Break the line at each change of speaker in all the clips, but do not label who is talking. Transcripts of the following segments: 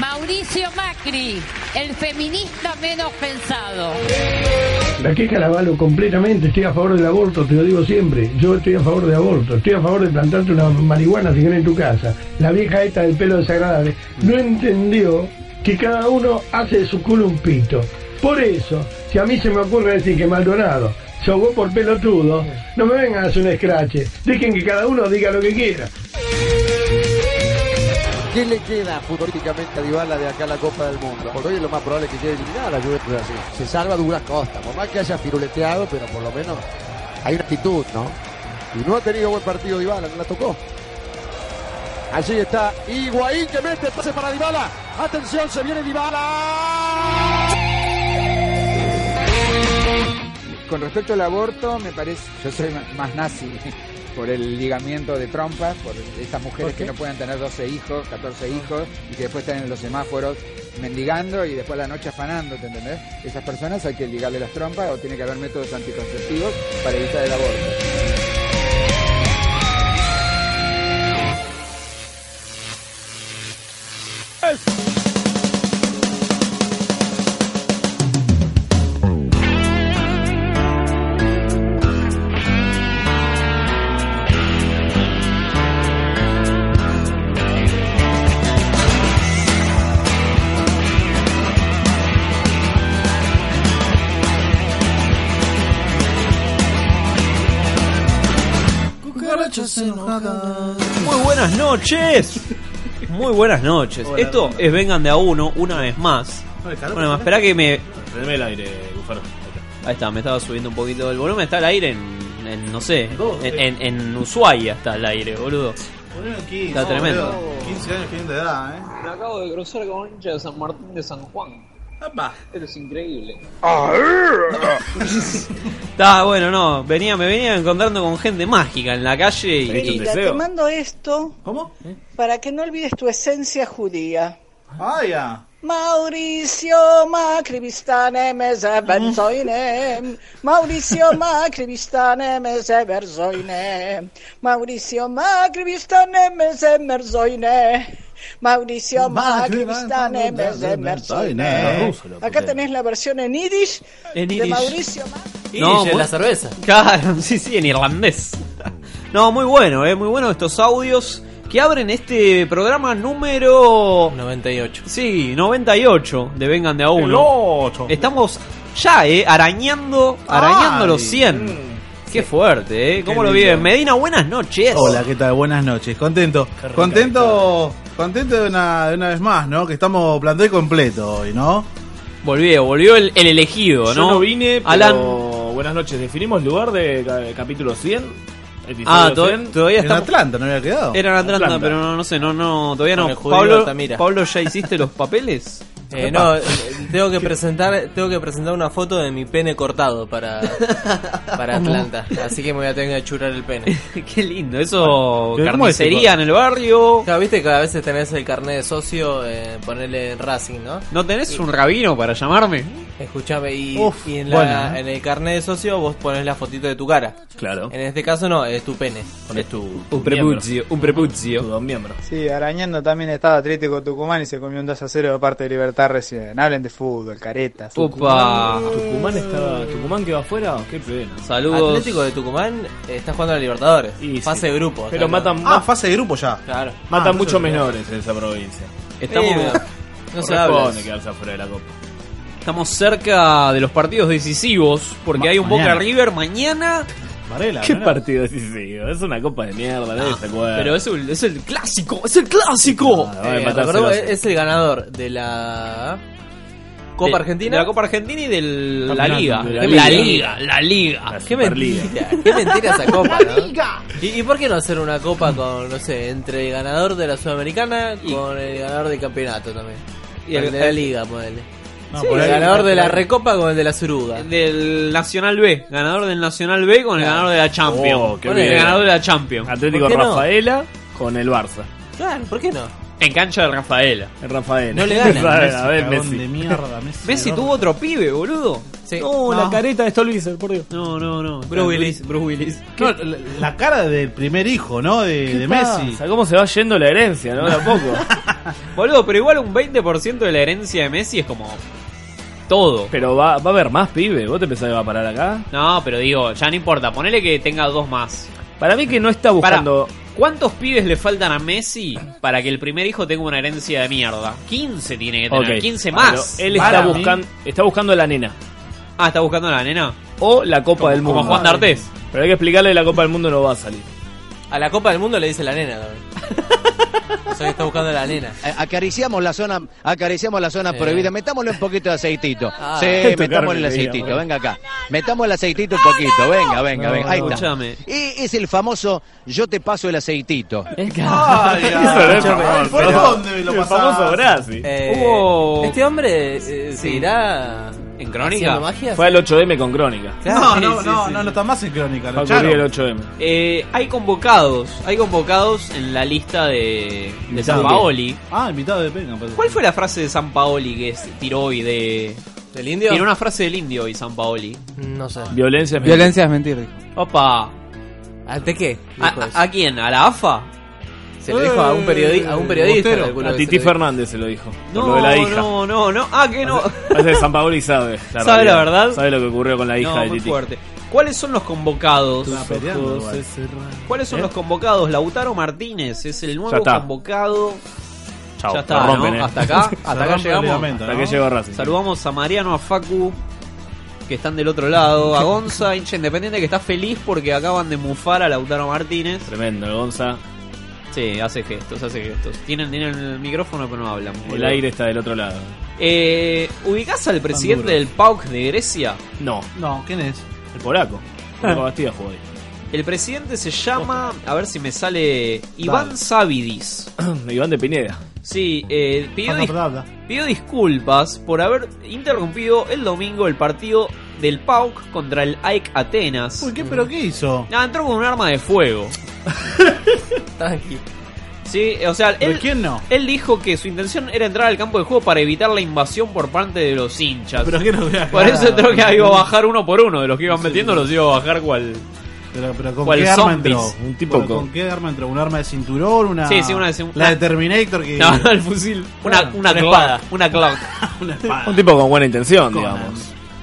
Mauricio Macri, el feminista menos pensado.
La queja la avalo completamente, estoy a favor del aborto, te lo digo siempre. Yo estoy a favor de aborto, estoy a favor de plantarte una marihuana si quieres en tu casa. La vieja esta del pelo desagradable no entendió que cada uno hace de su culo un pito. Por eso, si a mí se me ocurre decir que Maldonado se ahogó por pelotudo, no me vengan a hacer un escrache. Dejen que cada uno diga lo que quiera.
¿Qué le queda futbolísticamente a Dybala de acá a la Copa del Mundo? Porque hoy es lo más probable que llegue eliminada la Juventus de así. Se salva Douglas Costa, por más que haya firuleteado, pero por lo menos hay una actitud, ¿no? Y no ha tenido buen partido Dybala, no la tocó. Allí está Higuaín que mete el pase para Dybala. Atención, se viene Dybala.
Con respecto al aborto, me parece, yo soy ma- más nazi por el ligamiento de trompas, por estas mujeres que no pueden tener 12 hijos, 14 hijos, y que después están en los semáforos mendigando y después a la noche afanando, ¿te entendés? Esas personas hay que ligarle las trompas o tiene que haber métodos anticonceptivos para evitar el aborto.
Muy buenas noches. Muy buenas noches. Esto es Vengan de a uno, una vez más. Bueno, más espera que me.
Prendeme el aire, Bufaro.
Ahí está, me estaba subiendo un poquito el volumen. Está al aire en. en, no sé. En, en- en Ushuaia está al aire, boludo. Está tremendo.
15 años, 500 de edad, ¿eh?
Me acabo de cruzar con un hincha de San Martín de San Juan. Eres increíble.
Está bueno, no. Venía, me venía encontrando con gente mágica en la calle y.
Pediste un
y-
Mira,
deseo.
te mando esto
¿Cómo?
para que no olvides tu esencia judía.
Ah, ya.
Mauricio Macri vistanem ez eberzoinem. Mauricio Macri vistanem ez eberzoinem. Mauricio Macri vistanem ez eberzoinem. Mauricio Macri vistanem ez eberzoinem. Acá tenés la versión en yiddish
En
de
yiddish.
Mauricio Macri.
No, muy-
cerveza.
Claro, sí, sí, en irlandés. No, muy bueno, eh, muy bueno estos audios que abren este programa número 98. Sí, 98 de Vengan de a uno. Estamos ya, eh, arañando, arañando los 100. Qué fuerte, eh. ¿Cómo lo viven? Medina, buenas noches.
Hola, ¿qué tal? Buenas noches. Contento. Contento. Contento de una, de una vez más, ¿no? Que estamos plantel completo hoy, ¿no?
Volvió, volvió el, el elegido, ¿no?
Yo no vine, pero
Alan.
buenas noches. Definimos lugar de ca- capítulo 100. episodio
Ah, to-
100.
todavía
En
estamos.
Atlanta, ¿no había quedado?
Era en Atlanta,
Atlanta.
pero no, no sé, no, no, todavía no.
Con el judío
Pablo,
Ah, Altamira.
Pablo, ¿ya hiciste los papeles?
Eh, no, eh, tengo que presentar, tengo que presentar una foto de mi pene cortado para, para Atlanta. Así que me voy a tener que churar el pene.
Qué lindo, eso
Pero ¿cómo es ese
carnicería en el barrio.
Claro, viste que a veces tenés el carnet de socio, eh, ponerle en Racing, ¿no?
¿No tenés un rabino para llamarme?
Escuchame, y,
Uf,
y en, la-
bueno, eh.
en el carnet de socio vos pones la fotito de tu cara.
Claro.
En este caso no, es tu pene.
Pones tu. prepucio
Un prepuzio, un prepuzio.
Dos miembros.
Sí, Arañando también estaba Atlético Tucumán y se comió un 2 a 0 de parte de Libertad recién. Hablen de fútbol, caretas.
Opa.
¿Tucumán está. ¿Tucumán que va afuera? Qué pena.
Saludos.
Atlético de Tucumán eh, está jugando a Libertadores.
Y sí.
Fase de grupo. o sea,
Pero
no-
matan,
Ah,
ma-
fase de grupo ya.
Claro.
matan
ah,
muchos
no sé.
menores en esa provincia.
Estamos,
Eh, No se habla.
Corresponde quedarse afuera de la copa.
estamos cerca de los partidos decisivos porque
Ma-
hay un Boca
mañana.
River mañana,
Varela,
¿Qué
¿no?
partido decisivo? Es una copa de mierda, nadie se acuerda.
Ah, pero es el, es el clásico, es el clásico.
Ah,
Eh,
vale, matar
recordemos,
cero a
es el ganador de la Copa
De-
Argentina.
de la Copa Argentina y de la
Campeonato,
Liga.
de
La
la
Liga, la Liga.
Liga. La
Qué
Superliga.
mentira, qué mentira esa copa, ¿no? ¿Y, y por qué no hacer una copa con, no sé, entre el ganador de la Sudamericana con el ganador del campeonato también?
Y
Y
el-
el de la Liga, ponele. Sí, el ganador de la Recopa con el de la Suruga.
Del Nacional B. Ganador del Nacional B con el ganador de la Champions.
Oh, qué
Con el
bien.
ganador de la Champions.
Atlético
¿Por qué no?
Rafaela con el Barça.
Claro, ¿por qué no?
En cancha de Rafaela.
El Rafaela.
No le gana.
Rafaela, a ver,
Messi, cagón
Messi.
de
mierda,
Messi tuvo otro pibe, boludo.
No, la careta de Stolbizer, por Dios.
No, no, no.
Bruce Willis,
Bruce Willis.
No, la, la cara del primer hijo, ¿no? De, de
Ah,
Messi.
¿Cómo se va yendo la herencia, no? De a poco.
Boludo, pero igual un 20% de la herencia de Messi es como todo.
Pero va, va a haber más pibe. ¿Vos te pensás que va a parar acá?
No, pero digo, ya no importa. Ponele que tenga dos más.
Para mí que no está buscando.
¿Cuántos pibes le faltan a Messi para que el primer hijo tenga una herencia de mierda? 15 tiene que tener,
Ok.
15
Bueno,
más.
él está, buscando está buscando a la nena.
Ah, está buscando a la nena.
O la Copa
Como-
del Mundo.
como Juan de Artés.
Pero hay que explicarle que la Copa del Mundo no va a salir.
A la Copa del Mundo le dice la nena también. o sea que está buscando a la nena.
A- Eh, Acariciamos la zona, acariciamos la zona
Sí.
prohibida. Metámosle un poquito de aceitito.
Ah.
sí,
Esto
metámosle el
carne fría,
aceitito.
bueno.
Venga acá. Metámosle el aceitito un poquito. Venga, venga,
No,
venga. Ahí
no.
está.
Escuchame.
E- es el famoso yo te paso el aceitito.
¿Por dónde me lo
El
pasás?
famoso Brasi.
Eh,
Hubo-
Este hombre eh, seguirá
¿En
haciendo
Crónica?
magia.
Fue al 8M con Crónica.
Claro,
No,
sí,
no,
sí,
no,
sí.
no, no está más en crónica.
Va
Lo
a cubrir el
echaron.
8M.
Eh, hay convocados, hay convocados en la lista de, de San Paoli.
Ah, invitado de pena. parece.
¿Cuál fue la frase de San Paoli que es- tiró hoy de...
¿Del indio?
Tiró una frase del indio hoy San Paoli.
No sé.
Violencia.
Violencia es mentir, dijo.
Opa.
¿Ante qué?
¿A,
Dijo eso.
a- a quién? ¿A la AFA?
se lo dijo a un, periodi- a un periodista.
Bostero.
calculo
A
que
Titi
se lo dijo.
Fernández se lo dijo. por
No,
lo de la hija.
no, no, no. Ah, que no.
Hace San Paoli sabe.
¿Sabe la
realidad.
verdad?
Sabe lo que ocurrió con la hija
no,
de
muy
Titi.
fuerte. ¿Cuáles son los convocados?
Está peleando, igual.
¿Cuáles son
¿Eh?
los convocados? Lautaro Martínez es el
Ya
nuevo
está.
convocado.
Chao,
ya
la
está,
rompen,
¿no?
eh.
Hasta acá, hasta
Se
acá
rompe el
llegamos.
ligamento,
Hasta
¿no?
que llegó Racing.
Saludamos a Mariano, a Facu, que están del otro lado, a Gonza, hincha independiente, que está feliz porque acaban de mufar a Lautaro Martínez.
Tremendo, ¿eh, Gonza.
Sí, hace gestos, hace gestos. Tienen, tienen el micrófono pero no hablan.
El
boludo.
aire está del otro lado.
Eh, ¿Ubicás al presidente
duros.
del PAUC de Grecia?
No,
No, ¿quién es?
el polaco. El polaco Bastida jugó ahí.
El presidente se llama, a ver si me sale, Iván
Dale.
Savidis.
Iván de Pineda.
Sí, eh, pidió, dis-
Fantabla.
pidió disculpas por haber interrumpido el domingo el partido del PAUC contra el AEK Atenas.
Uy, ¿qué, pero qué hizo?
No, entró con un arma de fuego.
Tranqui.
Sí, o sea,
¿De
él,
quién no?
él dijo que su intención era entrar al campo de juego para evitar la invasión por parte de los hinchas.
Pero qué no vea.
por eso entró que iba a bajar uno por uno. De los que iban metiendo los iba a bajar cual...
Pero, pero con
¿Cuál
qué arma
zombies?
entró?
Un tipo
Pero,
con-
¿Con qué arma entró? ¿Un arma de cinturón? Una...
Sí, sí, una de cin-
Ah. La de Terminator que.
No, el fusil. Una,
Claro.
una, espada. Una clock.
una espada.
Un tipo con buena intención,
Conan.
digamos.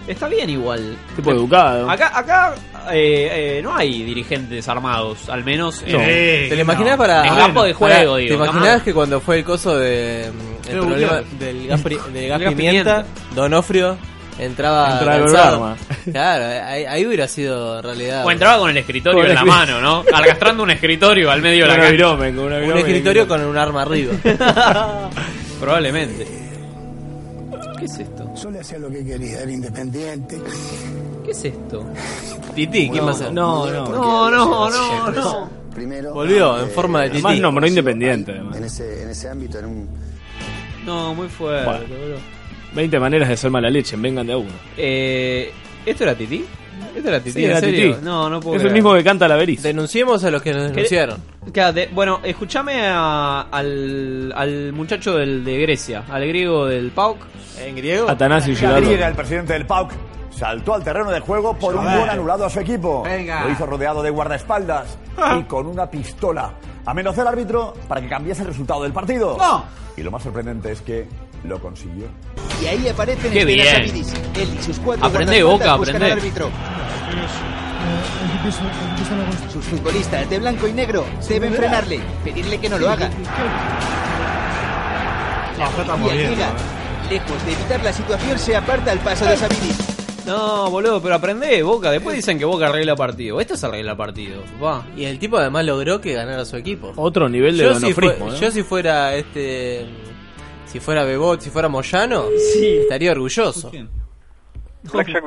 Está bien igual.
Tipo educado.
Acá, acá eh, eh, no hay dirigentes armados, al menos. en-
Eh,
¿Te lo
no.
imaginás para.?
En campo de
para-
juego, digo,
¿Te
jamás.
imaginás que cuando fue el coso de. mm, El
Pero
problema
Gutiérrez.
del gas, pri- del gas
El gas
pimienta, Donofrio entraba.
Entraba el
lanzado.
programa.
Claro, ahí, ahí hubiera sido en realidad.
O entraba con el escritorio
Con el
en la
escri-
mano, ¿no? Arrastrando un escritorio al
Con
medio de la
un
cancha.
aviromen, con un
Un
aviromen.
escritorio con un arma arriba.
Probablemente. ¿Qué es esto?
Yo le hacía lo que quería, era independiente.
¿Qué es esto?
Titi, ¿quién va a ser?
No, no.
No, no, no, no.
Primero.
Volvió, en forma de tití.
Eh, Además nombró independiente. además.
En ese, en ese ámbito, en un.
No, muy fuerte, bro.
20 maneras de ser mala leche, vengan de a uno.
Eh, ¿Esto era Titi? ¿Esto era Titi?
Sí,
¿En
era
serio?
Tití.
No, no puedo.
Es el
creer.
mismo que canta la veriz.
Denunciemos a los que nos denunciaron.
Claro, de- bueno, escúchame a- al, al muchacho del, de Grecia, al griego del PAUK.
¿En griego?
Atanasio
Griega,
Gilardo.
el presidente del PAUC, saltó al terreno de juego por un gol anulado a su equipo.
Venga.
Lo hizo rodeado de guardaespaldas
Ah.
y con una pistola. Amenazó al árbitro para que cambiase el resultado del partido.
No.
Y lo más sorprendente es que lo consiguió.
Y ahí aparecen
Qué
Esperanza
bien.
Vidic, él y sus cuatro
Aprende,
guardaespaldas
Boca,
buscan
aprende.
al árbitro. Sus futbolistas de blanco y negro deben frenarle, pedirle que no lo haga.
No, ya
Y
estamos
el
viendo.
Liga, lejos de evitar la situación, se aparta al paso de Sabiris.
No, boludo, pero aprendé, Boca. Después dicen que Boca arregla partido. Esto es arregla partido. Va.
Y el tipo además logró que ganara su equipo.
Otro nivel de
Yo si, fue-
donofrismo. ¿no?
yo si fuera este. Si fuera Bebot, si fuera Moyano, estaría orgulloso.
¿Quién?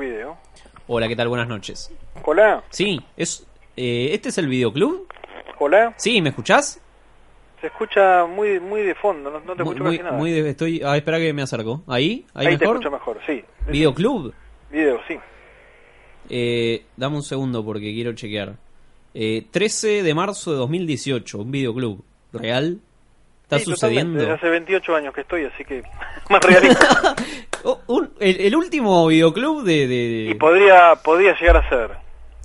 Video.
Hola, ¿qué tal? Buenas noches.
Hola,
Sí, es eh, ¿este es el videoclub?
hola,
Sí, ¿me escuchás?
Se escucha muy muy de fondo, no, no te
Muy,
escucho
muy-
casi nada.
muy de- estoy. Ah, espera que me acerco. ¿Ahí? ¿Ahí,
Ahí te
mejor?
escucho mejor, sí.
¿Videoclub?
Video, sí.
Eh, dame un segundo porque quiero chequear. Eh, 13 de marzo de 2018, un videoclub. ¿Real? ¿Está
Sí,
sucediendo?
totalmente. Hace 28 años que estoy, así que más realista.
Oh, El, el último videoclub de. de-
y podría, podría llegar a ser.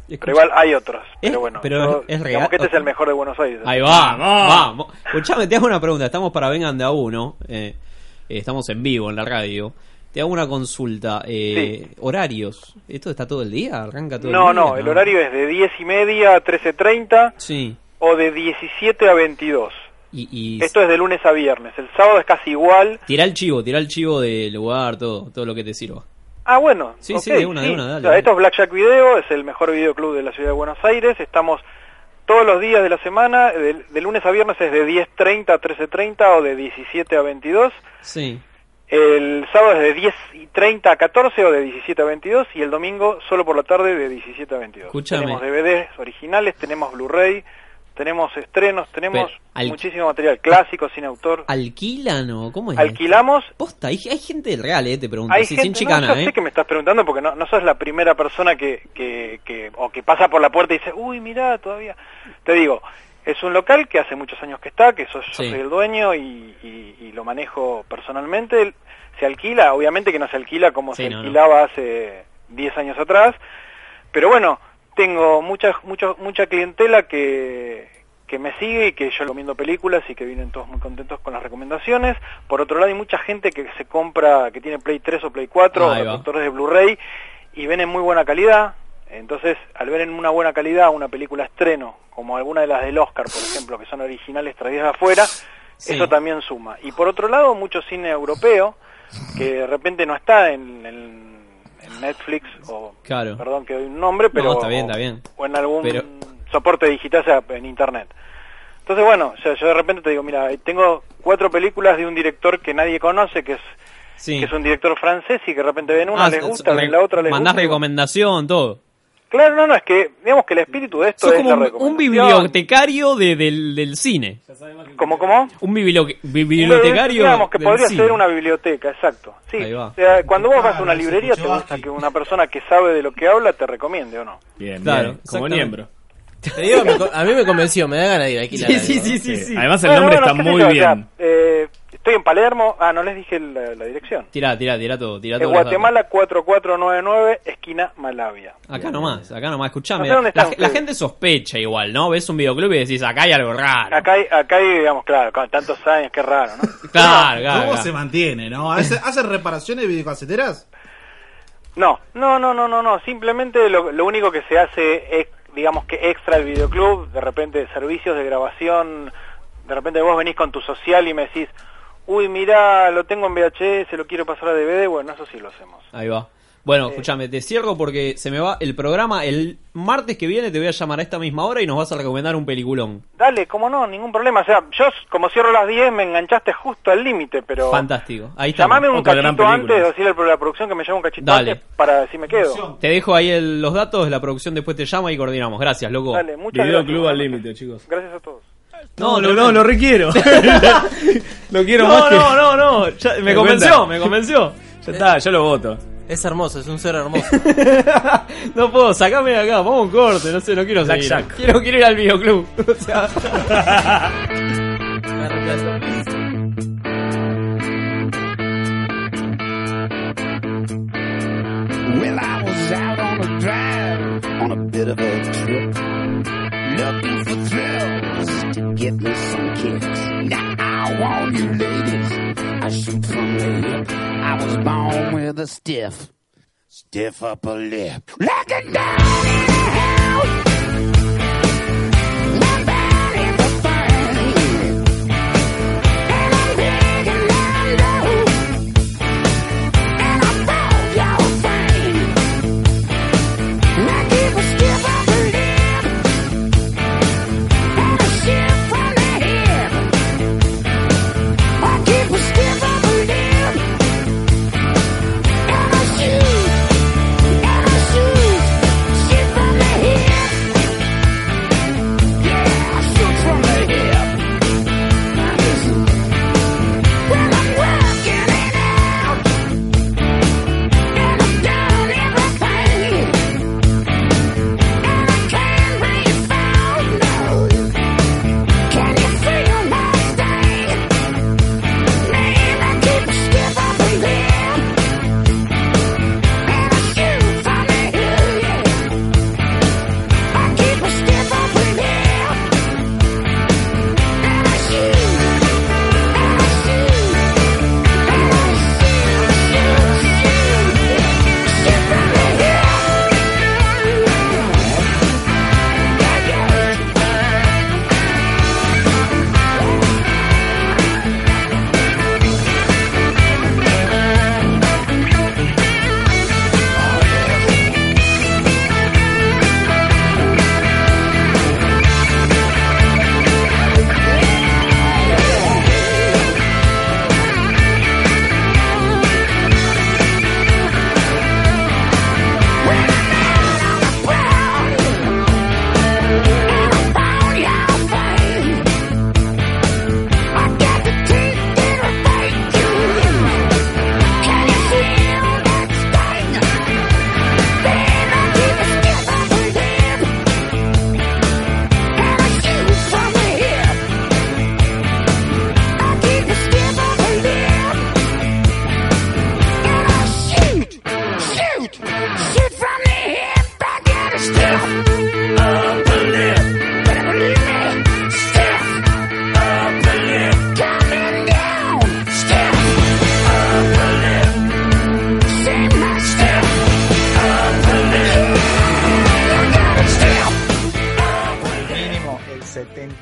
Pero igual hay otros. Pero bueno,
¿Eh? pero
yo-
es-
digamos
es real-
que este es el mejor de Buenos Aires.
Ahí va, vamos. Escuchame, te hago una pregunta. Estamos para Vengan de a uno. eh, eh, estamos en vivo en la radio. Te hago una consulta. eh, ¿Horarios? ¿Esto está todo el día? ¿Arranca todo
No,
el día?
no, el horario es de 10 y media a 13.30
Sí.
o de 17 a 22.
Y, y
Esto es de lunes a viernes. El sábado es casi igual.
Tirá el chivo, tirá el chivo del lugar, todo, todo lo que te sirva.
Ah, bueno.
Sí,
ok,
sí, de una, de una, dale,
O sea,
dale.
esto es Blackjack Video, es el mejor videoclub de la ciudad de Buenos Aires. Estamos todos los días de la semana, de, de lunes a viernes es de 10.30 a 13.30 o de 17 a 22.
Sí.
El sábado es de 10.30 a 14 o de 17 a 22 y el domingo solo por la tarde de 17 a 22.
Escúchame.
Tenemos DVDs originales, tenemos Blu-ray, tenemos estrenos, tenemos
Pero, al-
muchísimo material clásico, sin autor.
¿Alquilan o cómo es?
Alquilamos.
Ah, Posta, hay, hay gente del real, eh, te pregunto.
Hay
sí,
gente,
sin
no,
chicana,
yo
eh.
sé que me estás preguntando porque no, no sos la primera persona que, que, que- o que pasa por la puerta y dice, uy, mirá, todavía. Te digo, es un local que hace muchos años que está, que sos,
Sí.
yo soy el dueño y, y- y lo manejo personalmente. Se alquila, obviamente que no se alquila como
Sí,
se
no, no.
alquilaba hace 10 años atrás, pero bueno, tengo mucha, mucha, mucha clientela que que me sigue y que yo recomiendo películas y que vienen todos muy contentos con las recomendaciones. Por otro lado, hay mucha gente que se compra, que tiene Play 3 o Play 4, o
Ahí va.
reproductores de Blu-ray, y ven en muy buena calidad. Entonces, al ver en una buena calidad una película estreno, como alguna de las del Oscar, por ejemplo, que son originales traídas de afuera,
Sí.
eso también suma. Y por otro lado, mucho cine europeo, que de repente no está en, en- en Netflix, o
Claro.
perdón que doy un nombre, pero
no, está bien, está bien.
o en algún
Pero-
soporte digital, o sea, en internet. Entonces, bueno, o sea, yo de repente te digo, mira, eh, tengo cuatro películas de un director que nadie conoce, que es,
Sí.
que es un director francés y que de repente ven una,
Ah,
les
so-
gusta,
re-
ven la otra, les
Mandás
gusta. y bueno.
recomendación, todo.
Claro, no, no, es que, digamos que el espíritu de esto
Sos
es
como
la
un, un
recomendación.
bibliotecario de- del, del cine.
¿Cómo, cómo?
Un biblio- bi- bibliotecario.
Digamos que
del
podría
cine.
ser una biblioteca, exacto. Sí,
Ahí va.
o sea, cuando vos vas a una librería te gusta que una persona que sabe de lo que habla te recomiende, ¿o no?
Bien,
Claro,
bien. Como
exactamente.
miembro.
Te digo, me co- a mí me convenció, me da ganas de ir aquí.
Sí, sí, sí, sí, sí. Además, el
Bueno,
nombre
bueno,
está
qué sé
muy
yo, o
bien.
sea, eh, estoy en Palermo, ah, no les dije la, la dirección.
Tirá, tirá, tirá todo. Tirá
En
todo lo que
Guatemala 4499, esquina Malavia.
salga. Acá nomás, acá nomás, escuchame.
No sé dónde
la,
están
la
ustedes.
gente sospecha igual, ¿no? Ves un videoclub y decís, acá hay algo
Ah,
raro.
Acá hay, acá hay, digamos, claro, con tantos años, qué raro, ¿no?
Claro, claro.
¿Cómo
claro.
se mantiene, no? ¿Hace, hace reparaciones videocaseteras?
No, no, no, no, no, no. Simplemente lo, lo único que se hace es, digamos que extra el videoclub, de repente servicios de grabación, de repente vos venís con tu social y me decís, uy, mirá, lo tengo en VHS, lo quiero pasar a DVD, bueno, eso sí lo hacemos.
Ahí va. Bueno,
Eh.
escúchame, te cierro porque se me va el programa. El martes que viene te voy a llamar a esta misma hora y nos vas a recomendar un peliculón.
Dale, cómo no, ningún problema. O sea, yo como cierro las 10 me enganchaste justo al límite, pero...
Fantástico. Ahí está.
Llamame un cachito antes, de decirle a la producción que me llame un cachito
Dale.
antes para si me quedo.
Te dejo ahí el- los datos, la producción después te llama y coordinamos. Gracias, loco.
Dale, muchas Videoclub gracias.
al límite, chicos.
Gracias a todos.
No, no, no, lo requiero.
lo
quiero
no,
más que-
No, no, no. ya- me
¿Te
convenció,
cuenta?
me convenció. Ya está, yo lo voto.
Es hermoso, es un ser hermoso.
no puedo, sacame de acá, vamos a un corte, no sé, no quiero
Black
seguir.
Jack.
Quiero, quiero ir al videoclub. O sea,
Well, I was out on a drive, on a bit of a trip, looking for thrills to get me some kicks. Now, I want you ladies, I shoot from the hip. I was born with a stiff, stiff upper lip. Lock it down! Shoot! Shoot from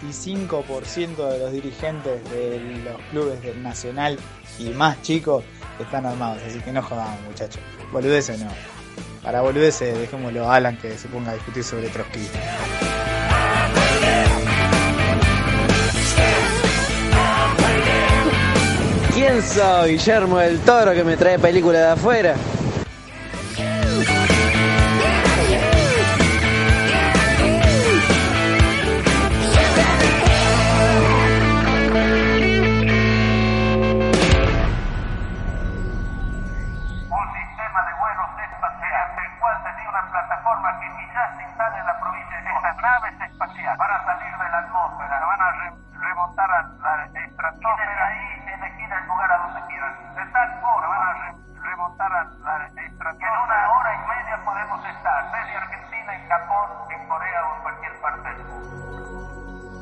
75% de los dirigentes de los clubes del Nacional y más chicos están armados, así que no jodamos, muchachos. Boludeces no. Para boludeces, dejémoslo a Alan que se ponga a discutir sobre Trotsky.
¿Quién soy? Guillermo del Toro que me trae películas de afuera.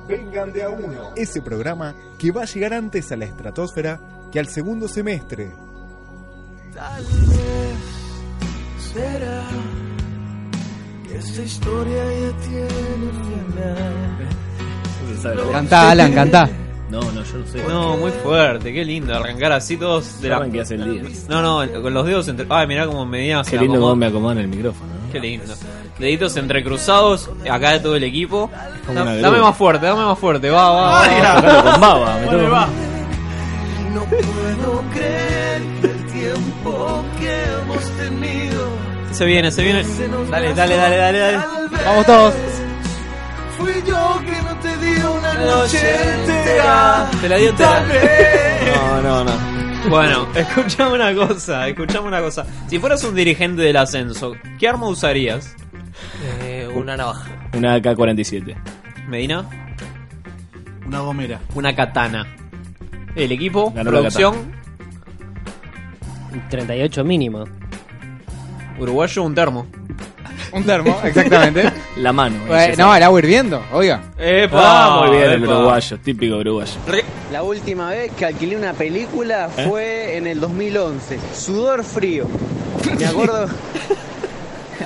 Vengan de a uno. Ese programa que va a llegar antes a la estratosfera que al segundo semestre.
Tal vez será que esta historia ya tiene final.
Cantá, Alan, cantá.
No, no, yo no sé.
No, muy fuerte, qué lindo arrancar así todos de
Ya
la.
arranqué hace el día.
No, no, el- con los dedos entre. Ay, mirá cómo me
Qué lindo cómo me acomodan el micrófono. ¿no?
Qué lindo. Deditos entrecruzados, acá de todo el equipo.
como una
Da-
grúa.
Dame más fuerte, dame más fuerte, va, va. va, va.
Tocalo con baba, me toco.
No puedo creer que el tiempo que hemos tenido.
Se viene, se viene. Dale, dale, dale, dale, dale.
Tal vez
Vamos todos.
Fui yo que no te di una
noche
noche entera.
Te la dio entera.
Tal vez.
No, no, no. Bueno, escuchame una cosa, escuchame una cosa. Si fueras un dirigente del ascenso, ¿qué arma usarías? Eh, una navaja.
Una AK-47.
¿Medina?
Una gomera.
Una katana. ¿El equipo?
Ganó la
¿Producción?
38 mínimo.
¿Uruguayo? ¿Un termo?
Un termo, exactamente.
La mano.
Eh,
esa.
no, el agua hirviendo, oiga.
Eh,
¡Epa!
Ah, muy bien, el
epa.
uruguayo, típico uruguayo.
La última vez que alquilé una película
¿Eh?
fue en el 2011. Sudor frío. Me acuerdo.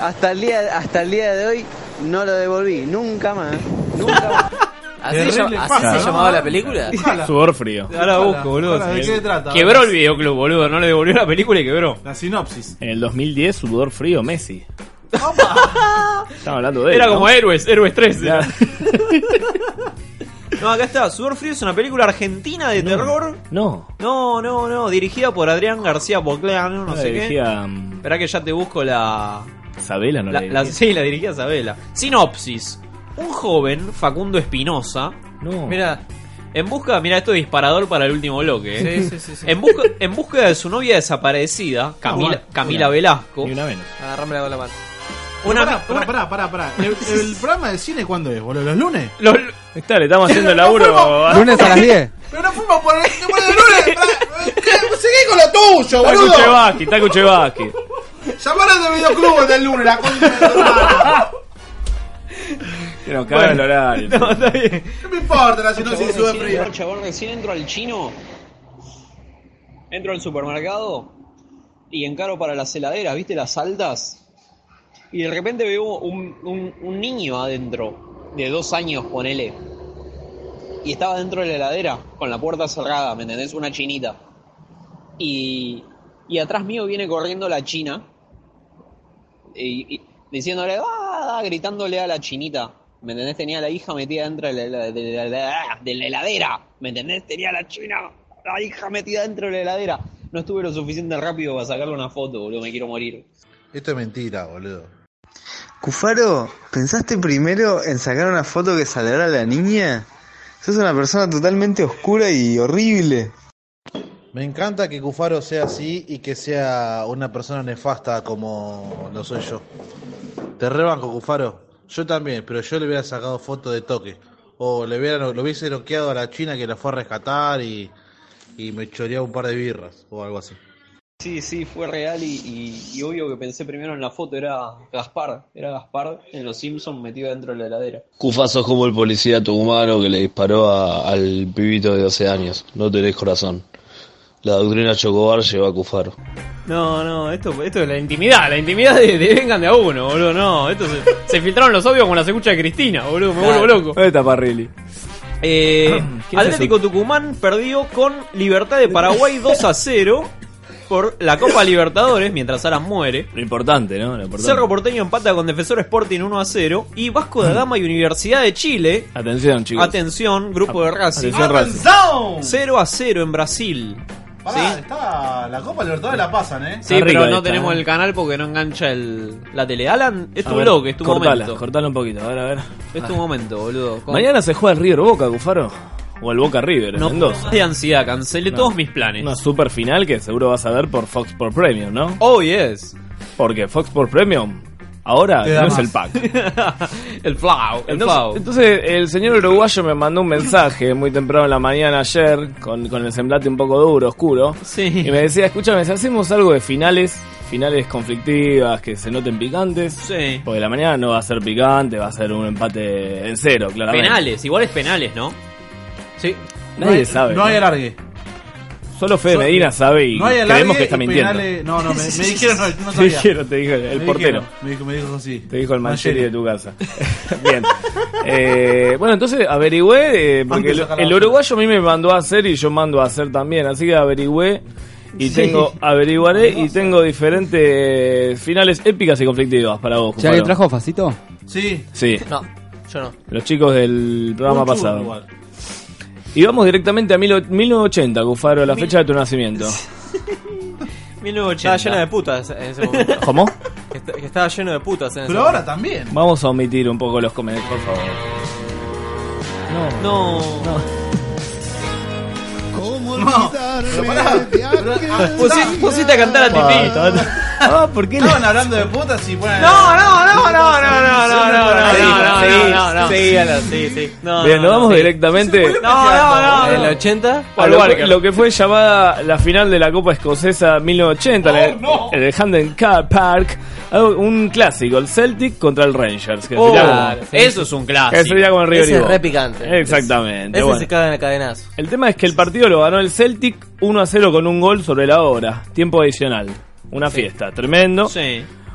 hasta el día, hasta el día de hoy no lo devolví. Nunca más. Nunca más.
¿Así se llama- así se llamaba la película?
Sudor frío.
Ahora busco, boludo.
Ojalá, ¿de
Sí.
qué se trata?
Quebró el videoclub, boludo. No le devolvió la película y quebró.
La sinopsis.
En el 2010, sudor frío, Messi. Estamos hablando de él.
Era
¿no?
como Héroes, Héroes 3. era. no, acá está. Sudor Frío es una película argentina de terror.
No.
No, no, no. Dirigida por Adrián García Bocleano, no
La
sé
dirigía,
qué.
mm.
Espera que ya te busco la.
Sabela no la,
la, la- sí, la dirigía Sabela. Sinopsis. Un joven, Facundo Espinosa.
No.
Mira. En busca, mira esto es disparador para el último bloque. eh.
Sí, sí, sí, sí.
En, busca, en búsqueda de su novia desaparecida, Camila,
bueno.
Camila
Mira.
Velasco.
Ni una menos.
Agarrámela con la mano.
Una, pará, pará, pará, pará, pará. El, el programa de cine cuándo es, boludo? ¿Los lunes?
Los,
Está, le estamos haciendo el laburo.
Lunes a las 10.
Pero no fuimos por el por el lunes. pará. ¿Qué? Seguí con lo tuyo,
Está
boludo.
Kuchevaski, está Kuchevaski.
Llamaron de videoclub del lunes, la concha de tu madre.
Que nos cagan el horario.
No me importa la sinopsis de sudor frío.
chabón, recién entro al chino. Entro al supermercado y encaro para las heladeras, ¿viste? Las altas. Y de repente veo un, un- un niño adentro, de dos años, ponele. Y estaba dentro de la heladera, con la puerta cerrada, ¿me entendés? Una chinita. Y, y atrás mío viene corriendo la china, y, y diciéndole, "Ah", gritándole a la chinita. ¿Me entendés? Tenía a la hija metida dentro de la, de la- de la- de la- de la heladera. ¿Me entendés? Tenía a la china, la hija metida dentro de la heladera. No estuve lo suficiente rápido para sacarle una foto, boludo. Me quiero morir.
Esto es mentira, boludo.
Cufaro, ¿pensaste primero en sacar una foto que saldrá a la niña? Sos una persona totalmente oscura y horrible.
Me encanta que Cufaro sea así y que sea una persona nefasta como lo soy yo. Te rebanco, Cufaro. Yo también, pero yo le hubiera sacado foto de toque. O le hubiera, lo hubiese bloqueado a la China que la fue a rescatar y, y me choreaba un par de birras o algo así.
Sí, sí, fue real y, y- y obvio que pensé primero en la foto. Era Gaspar. Era Gaspar en Los Simpsons metido dentro de la heladera.
Cufa sos como el policía tucumano que le disparó a- al pibito de 12 años. No tenés corazón.
La doctrina Chocobar lleva a Cufaro.
No, no, esto, esto es la intimidad, la intimidad de, de vengan de a uno, boludo, no, esto se, se filtraron los audios con la escucha de Cristina, boludo, me vuelvo loco.
¿Dónde está Parrilli?
Eh,
¿Quién es
Atlético Tucumán perdió con Libertad de Paraguay 2 a 0 por la Copa Libertadores mientras Aras muere.
Lo importante, ¿no? Lo importante.
Cerro Porteño empata con Defensor Sporting 1 a 0 y Vasco da Gama y Universidad de Chile.
Atención, chicos.
Atención, grupo de Racing.
Atención, Racing.
0 a 0 en Brasil.
Pará, está la Copa Libertadores la pasan, ¿eh?
Sí, pero no tenemos el canal porque no engancha el, la tele. Alan, es
A
tu
ver,
blog, es tu
cortala,
momento.
cortala un poquito, a ver, a ver.
Es tu
Ah.
momento, boludo. Con-
Mañana se juega el River Boca, Cufaro. O el Boca River, en
no
Mendoza.
de ansiedad, cancelé
No.
todos mis planes.
Una super final que seguro vas a ver por Fox por Premium, ¿no?
Oh, yes.
Porque Fox por Premium ahora
Te da
no es
más.
el pack.
El Flau, el
Entonces,
Flau.
entonces, el señor uruguayo me mandó un mensaje muy temprano en la mañana ayer, con, con el semblante un poco duro, oscuro. Y me decía, escúchame, si hacemos algo de finales, finales conflictivas, que se noten picantes.
Sí.
Porque la mañana no va a ser picante, va a ser un empate en cero, claramente.
Penales, igual es penales, ¿no? Sí.
Nadie sabe.
No hay alargue.
Solo Fede Medina sabe y
No hay alargue.
creemos que está
y
mintiendo.
penales- No, no, me, me dijeron, no, no
Te
sabía.
dijeron, te dijo el- el
Me
portero.
dijeron, me dijo, me dijo así.
Te dijo el Mancheri
Mancheri.
de tu casa. Bien. Eh, bueno, entonces averigüé, eh, porque
Antes
el,
saca la
el
basura.
uruguayo a mí me mandó a hacer y yo mando a hacer también, así que averigüé y
Sí.
tengo averiguaré y tengo diferentes finales épicas y conflictivas para vos.
¿Ya le
Cufaro.
trajo Facito?
Sí.
Sí.
No, yo no.
Los chicos del programa
Un churro
pasado.
igual.
Y vamos directamente a mil o- 1980, Cufaro, la fecha de tu nacimiento.
1980.
Estaba lleno de putas en ese momento.
¿Cómo?
Que est- que estaba lleno de putas en ese
Pero
momento.
ahora también.
Vamos a omitir un poco los comentarios, por favor.
No. no.
No, pero pará. Pero, ah,
Pusiste, pusiste a cantar a Titi.
Ah, ¿por qué?
Estaban hablando de putas y bueno.
No, no, no, no, no, no, no, no, no, no,
Sí,
no,
sí,
no, no, no.
sí, Alan,
sí, sí. No,
Bien, nos
no, no,
vamos
sí.
directamente.
No, no, no, no.
En el 80,
a
Paul
lo,
Walker.
lo que fue llamada la final de la Copa Escocesa 1980 en el- en el Hamden Car Park, algo- un clásico, el Celtic contra el Rangers. que
Oh,
sería como-
claro, eso es un clásico.
Que sería como el River y
Ese es
Boca.
re picante.
Exactamente.
Ese
bueno.
se caga en el cadenazo.
El tema es que el partido lo ganó el Celtic 1 a 0 con un gol sobre la hora, tiempo adicional. Una fiesta, tremendo.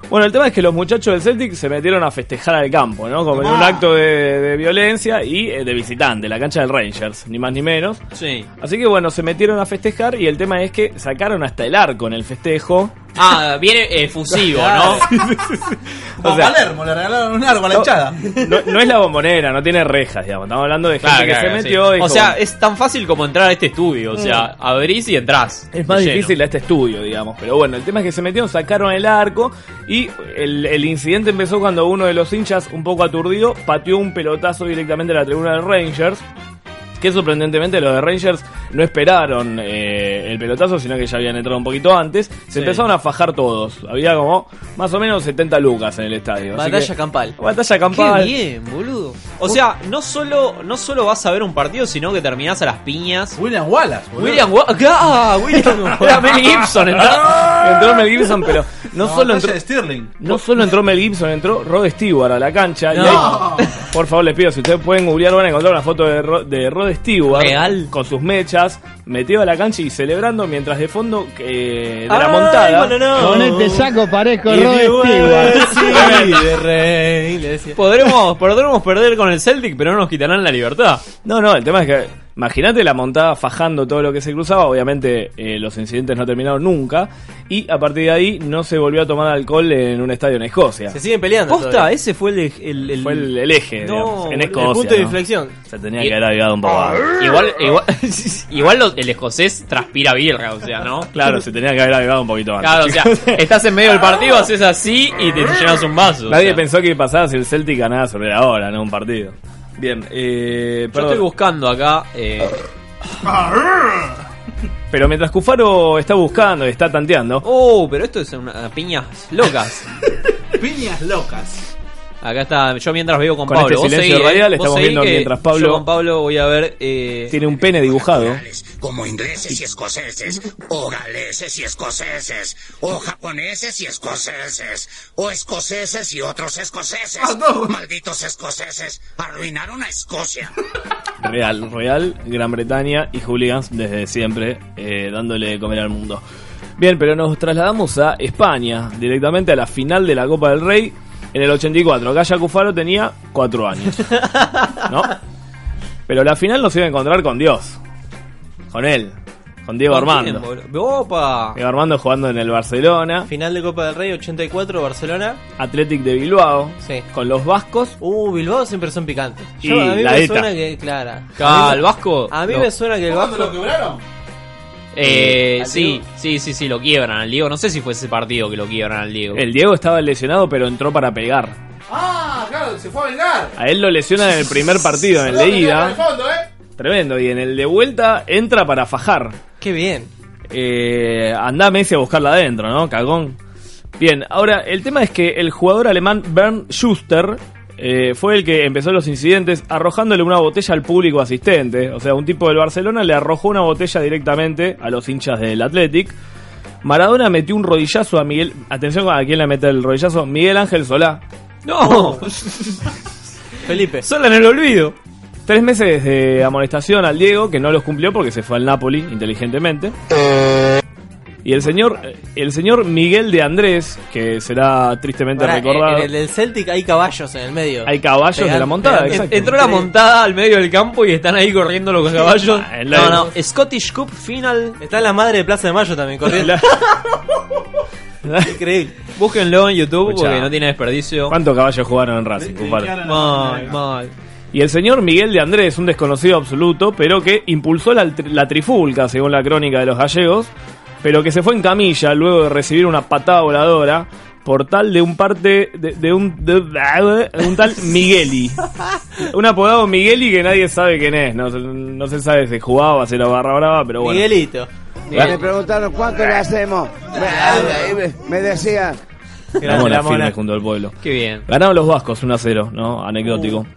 Bueno, el tema es que los muchachos del Celtic se metieron a festejar al campo, ¿no? Como en un acto de, de violencia y eh, de visitante, la cancha del Rangers, ni más ni menos.
Sí.
Así que bueno, se metieron a festejar y el tema es que sacaron hasta el arco en el festejo.
Ah, viene efusivo, ¿no?
O sea,
Palermo, le regalaron un árbol a la hinchada.
no, no es la bombonera, no tiene rejas, digamos. Estamos hablando de gente
Claro,
que
claro,
se
sí.
metió. y
O
dijo,
sea, es tan fácil como entrar a este estudio. O sea, abrís y entrás.
Es más
De lleno.
difícil a este estudio, digamos. Pero bueno, el tema es que se metieron, sacaron el arco y el, el incidente empezó cuando uno de los hinchas, un poco aturdido, pateó un pelotazo directamente a la tribuna del Rangers. Que sorprendentemente los de Rangers no esperaron eh, el pelotazo, sino que ya habían entrado un poquito antes. Se
Sí.
empezaron a fajar todos. Había como más o menos 70 lucas en el estadio. así
Batalla
que-
campal.
Batalla campal.
Qué bien, boludo. O sea, no solo, no solo vas a ver un partido, sino que terminás a las piñas.
William Wallace,
boludo.
William Wallace. ¡Ah! William Era Mel Gibson, Ah.
entró, entró Mel Gibson, pero no,
La
solo
batalla
entró.
de Stirling.
No solo entró Mel Gibson, entró Rod Stewart a la cancha. y
No.
ahí- por favor, les pido, si ustedes pueden googlear, van a encontrar una foto de, Ro- de Rod Stewart.
Real.
Con sus mechas, metido a la cancha y celebrando mientras de fondo eh, de la
Ay,
montada.
bueno, no. Con este saco
parezco
Rod
"Eh,
Stewart. eh,
de rey, le decía.
Podremos, podremos perder con el Celtic, pero no nos quitarán la libertad.
No, no, el tema es que imagínate la montada fajando todo lo que se cruzaba, obviamente eh, los incidentes no terminaron nunca y a partir de ahí no se volvió a tomar alcohol en un estadio en Escocia.
Se siguen peleando.
Posta,
todavía.
ese fue el, el, el-
Fue e-, el, el eje, digamos, en
boludo,
Escocia.
El punto de
¿no?
inflexión.
Se tenía que haber avivado un poco antes.
Igual, igual, igual los- el escocés transpira birra, o sea, ¿no?
Claro, se tenía que haber avivado un poquito antes.
Claro, o sea,
chicos.
estás en medio del partido, haces así y te llenas un vaso. o
Nadie
sea.
pensó que pasaba si el Celtic ganaba sobre la hora, no un partido. Bien, eh,
Yo
perdón.
estoy buscando acá. eh,
Pero mientras Cufaro Oh, está buscando y está tanteando,
Oh, pero esto es una piñas locas.
Piñas locas.
Acá está, yo mientras veo con,
Con
Pablo.
este
vos
silencio
seguí,
radial
eh, vos
estamos
seguí
viendo
que
mientras Pablo-
Yo con Pablo voy a ver. eh,
Tiene un pene dibujado.
como ingleses y escoceses, o galeses y escoceses, o japoneses y escoceses, o escoceses y otros escoceses.
Ah,
Malditos escoceses, arruinaron a Escocia.
Real, Real, Gran Bretaña y Hooligans desde siempre, eh, dándole de comer al mundo. Bien, pero nos trasladamos a España, directamente a la final de la Copa del Rey en el 84. Acá ya Cufaro tenía 4 años. ¿No? Pero la final nos iba a encontrar con Dios. Con él. Con Diego
¿con
Armando.
quién, boludo? ¡Opa!
Diego Armando jugando en el Barcelona.
Final de Copa del Rey 84, Barcelona.
Athletic de Bilbao. Con los vascos.
Uh, Bilbao siempre son picantes.
Y
Yo, a mí
la
me
ETA.
suena que. Clara.
Ah,
A mí-
el vasco.
A mí
No.
me suena que el vasco. lo quebraron?
Eh, sí, sí, sí, sí, lo quiebran al Diego. No sé si fue ese partido que lo quiebran al Diego.
El Diego estaba lesionado, pero entró para pegar.
Ah, claro, se fue a vengar.
A él lo lesionan en el primer partido, en el de ida.
¿eh?
Tremendo, y en el de vuelta entra para fajar.
Qué bien.
Eh, andá Messi a buscarla adentro, ¿no? Cagón. Bien, ahora el tema es que el jugador alemán Bernd Schuster eh, fue el que empezó los incidentes arrojándole una botella al público asistente. O sea, un tipo del Barcelona le arrojó una botella directamente a los hinchas del Athletic. Maradona metió un rodillazo a Miguel. Atención a quién le mete el rodillazo. Miguel Ángel Solá.
¡No!
Felipe.
Sola en el olvido. Tres meses de amonestación al Diego, que no los cumplió porque se fue al Napoli, inteligentemente. Y el señor, el señor Miguel de Andrés, que será tristemente
Pará, eh,
recordado.
En el del Celtic hay caballos en el medio.
Hay caballos de la montada,
pegando.
exacto.
Entró la montada al medio del campo y están ahí corriendo los caballos. No, no,
Scottish Cup final. Está la madre de Plaza de Mayo también corriendo. Increíble.
Búsquenlo en YouTube porque
Escuchá.
no tiene desperdicio.
¿Cuántos caballos jugaron en Racing, compadre?
Mal, mal.
Y el señor Miguel de Andrés, un desconocido absoluto, pero que impulsó la, tri- la trifulca, según la crónica de los gallegos, pero que se fue en camilla luego de recibir una patada voladora por tal de un parte de, de un, de- de un tal Migueli. Un apodado Migueli que nadie sabe quién es. No, se- no se sabe si jugaba, si era barra brava, pero bueno.
Miguelito.
Y me
preguntaron cuánto le hacemos. Me, decían.
La mona firme junto al pueblo.
Qué bien.
Ganaron los vascos 1 a 0, ¿no? Anecdótico.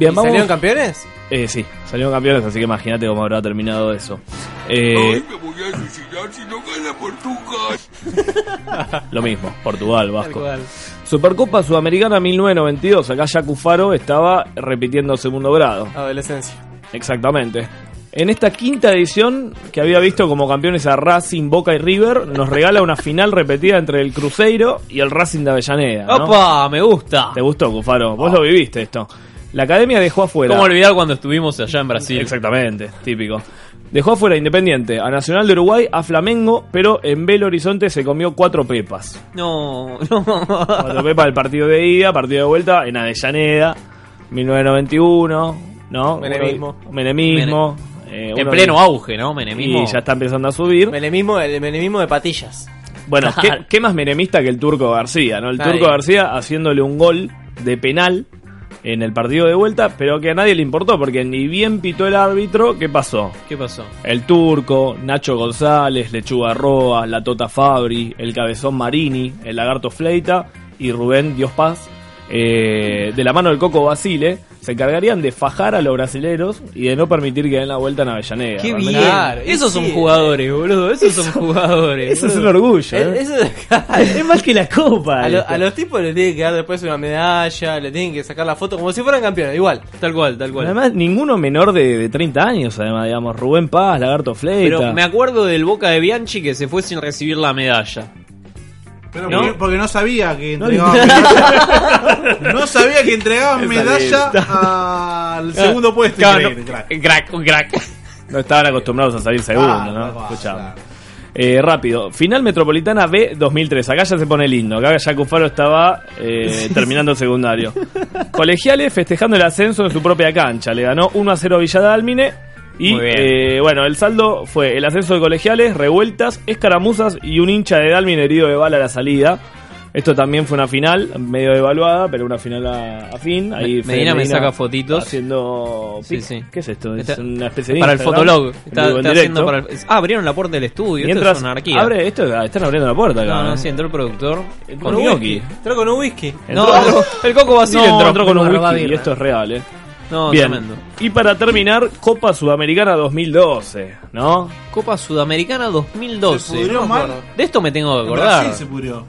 ¿Y salieron campeones?
Eh, sí, salieron campeones, así que imagínate cómo habrá terminado eso. Eh,
voy a suicidar si no gana Portugal.
lo mismo, Portugal, Vasco.
cual.
Supercopa Sudamericana 1992, acá ya Cufaro estaba repitiendo segundo grado.
Adolescencia.
Exactamente. En esta quinta edición, que había visto como campeones a Racing, Boca y River, nos regala una final repetida entre el Cruzeiro y el Racing de Avellaneda. ¿no?
¡Opa! Me gusta.
¿Te gustó, Cufaro? Vos lo viviste esto. La academia dejó afuera.
¿Cómo olvidar cuando estuvimos allá en Brasil?
Exactamente, típico. Dejó afuera a Independiente, a Nacional de Uruguay, a Flamengo, pero en Belo Horizonte se comió cuatro pepas.
No, no.
Cuatro pepas del partido de ida, partido de vuelta en Avellaneda, 1991, ¿no?
Menemismo.
Menemismo. eh,
En
uno-
pleno auge, ¿no? Menemismo.
Y ya está empezando a subir.
Menemismo, el menemismo de patillas.
Bueno, ¿qué, qué más menemista que el Turco García, ¿no? El
Nadie.
Turco García haciéndole un gol de penal en el partido de vuelta, pero que a nadie le importó, porque ni bien pitó el árbitro, ¿qué pasó?
¿Qué pasó?
El Turco, Nacho González, Lechuga Roa, La Tota Fabri, El Cabezón Marini, El Lagarto Fleita y Rubén Dios Paz, eh, de la mano del Coco Basile, se encargarían de fajar a los brasileros y de no permitir que den la vuelta en Avellaneda.
Qué
Realmente-
bien. Esos son jugadores, boludo. Esos son jugadores.
Eso es un
boludo.
orgullo.
Es-
¿eh?
eso
es más que la copa. eh.
A, lo-
esto.
a los tipos les tienen que dar después una medalla, le tienen que sacar la foto como si fueran campeones, igual.
Tal cual, tal cual.
Además, ninguno menor de, de 30 años, además, digamos, Rubén Paz, Lagarto Fleita.
Pero me acuerdo del Boca de Bianchi que se fue sin recibir la medalla.
Pero
¿No?
porque, porque no sabía que
le-
entregaban medalla. No sabía que entregaban
Está
medalla
bien.
al segundo puesto.
Ah, Claro, no.
Increíble, crack.
Crack, un crack.
No estaban acostumbrados a salir segundo,
Claro,
¿no?
claro,
Escuchame. Eh, rápido, Final Metropolitana B 2003. Acá ya se pone lindo. Acá ya Cufaro estaba eh, terminando el secundario. Colegiales festejando el ascenso en su propia cancha. Le ganó 1 a 0 a Villa Dálmine. Y
Muy bien.
eh, bueno, el saldo fue el ascenso de colegiales, revueltas, escaramuzas y un hincha de Dálmine herido de bala a la salida. Esto también fue una final, medio devaluada, pero una final a, a fin. Ahí
Me-
Fede
Medina me saca fotitos.
Haciendo. pic. ¿Qué es esto? Es
Está-
una especie de.
Para el
Instagram,
fotolog.
en
Está,
vivo, en
está haciendo
directo.
para el- ah, abrieron la puerta del estudio.
Mientras
esto es anarquía.
abre esto, ah, están abriendo la puerta acá.
¿eh?
¿eh?
No, no, sí, entró el productor.
Con gnocchi.
Entró con un whisky.
Entró-
No, el Coco Basile
No,
entró.
entró con un
Barba
whisky y
birra.
esto es real, eh.
No,
Bien.
tremendo.
Y para terminar, Copa Sudamericana 2012, ¿no?
Copa Sudamericana 2012.
Se pudrió
No me
mal.
acuerdo. De esto me tengo que acordar.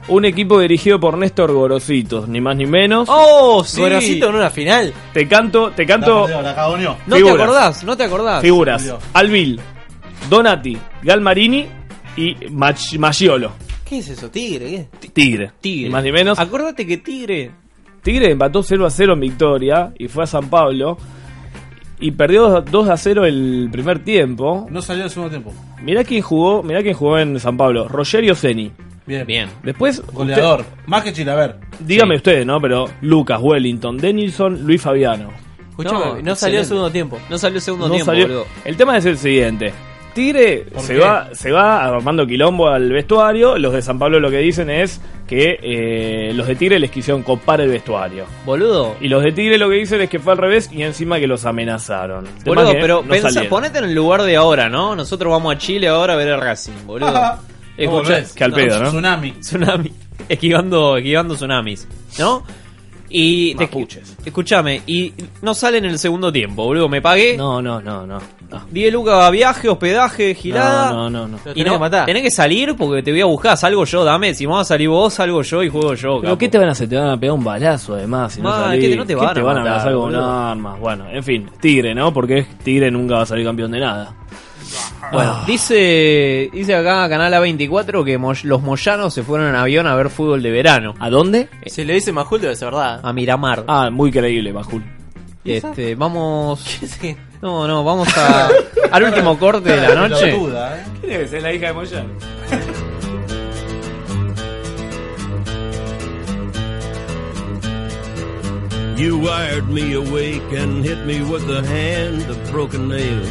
Un equipo dirigido por Néstor Gorositos, ni más ni menos.
¡Oh, sí!
Gorosito
en una final.
Te canto, te canto.
No te
Figuras.
acordás, no te acordás.
Figuras. Alvil, Donati, Galmarini y Mach- Maggiolo.
¿Qué es eso, tigre? ¿Qué?
Tigre.
Tigre.
Ni más ni menos.
Acuérdate que Tigre.
Tigre empató 0 a 0 en victoria y fue a San Pablo. Y perdió 2 a 0 el primer tiempo.
No salió el segundo tiempo.
Mirá quién jugó, mirá quién jugó en San Pablo. Rogerio Ceni.
Bien.
Bien.
Después.
Goleador.
usted-
Más que Chilaver.
dígame ustedes, ¿no? Pero Lucas, Wellington, Denilson, Luis Fabiano.
Escuchame, no, salió el segundo tiempo.
No salió el segundo
No
tiempo,
salió-
boludo.
El tema es el siguiente. Tigre se
qué?
va, se va armando quilombo al vestuario. Los de San Pablo lo que dicen es que eh, los de Tigre les quisieron copar el vestuario.
Boludo.
Y los de Tigre lo que dicen es que fue al revés y encima que los amenazaron. El tema
Boludo,
es que
pero
no
pensá,
salieron.
ponete en el lugar de ahora, ¿no? Nosotros vamos a Chile ahora a ver el Racing, boludo.
Ajá. No volvés.
Que al pedo, ¿no?
Tsunami.
Tsunami. Esquivando, esquivando tsunamis, ¿no? Y te Escúchame, y no sale en el segundo tiempo, boludo. Me pagué.
No, no, no, no.
10 lucas a viaje, hospedaje, gilada.
No, no, no, no.
Y no, tenés que salir porque te voy a buscar. Salgo yo, dame. Si vamos a salir vos, salgo yo y juego yo.
¿Pero
capo.
qué te van a hacer? Te van a pegar un balazo además. Si no,
Ma,
salís.
Ah, ¿qué te- no
¿Qué
te van a matar,
amenazar con
boludo?
armas? Bueno, en fin, Tigre, ¿no? Porque Tigre nunca va a salir campeón de nada.
Bueno,
Ah.
dice, dice acá Canal A24 que mo- los moyanos se fueron en avión a ver fútbol de verano. Eh,
¿A dónde?
Si le dice Majul, debe ser verdad.
A Miramar.
Ah, muy creíble, Majul.
Este, vamos. No, no, vamos a, al último corte de la noche.
¿eh?
¿Quién es? ¿Es la hija de Moyano?
You wired me awake and hit me with the hand of broken nails.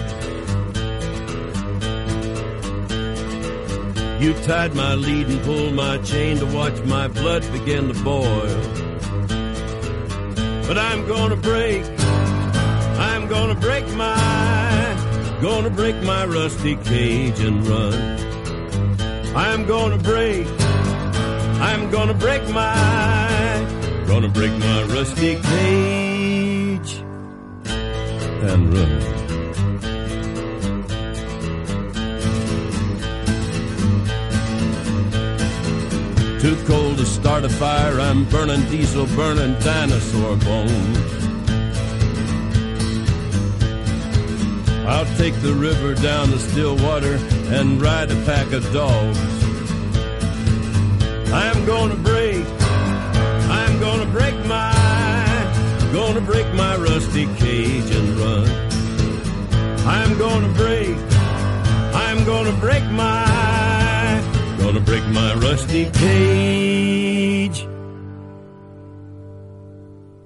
You tied my lead and pulled my chain to watch my blood begin to boil. But I'm gonna break, I'm gonna break my, gonna break my rusty cage and run. I'm gonna break, I'm gonna break my, Gonna break my rusty cage and run. Too cold to start a fire, I'm burning diesel, burning dinosaur bones. I'll take the river down to Stillwater and ride a pack of dogs. I'm gonna break. I'm gonna break my, gonna break my rusty cage and run. I'm gonna break, I'm gonna break my, gonna break my rusty cage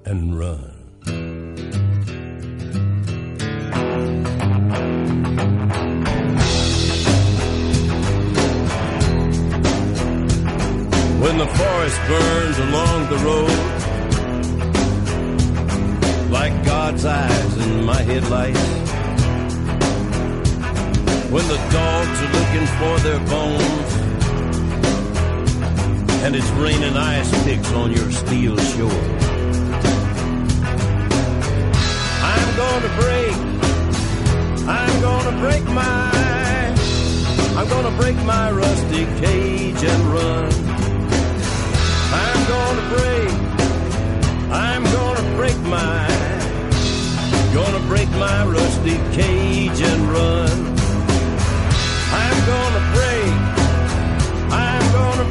and run. when the forest burns along the road like God's eyes in my headlights. When the dogs are looking for their bones and it's raining ice picks on your steel shore. I'm gonna break. I'm gonna break my. I'm gonna break my rusty cage and run. I'm gonna break. I'm gonna break my. Gonna break my rusty cage and run. I'm gonna break. I'm gonna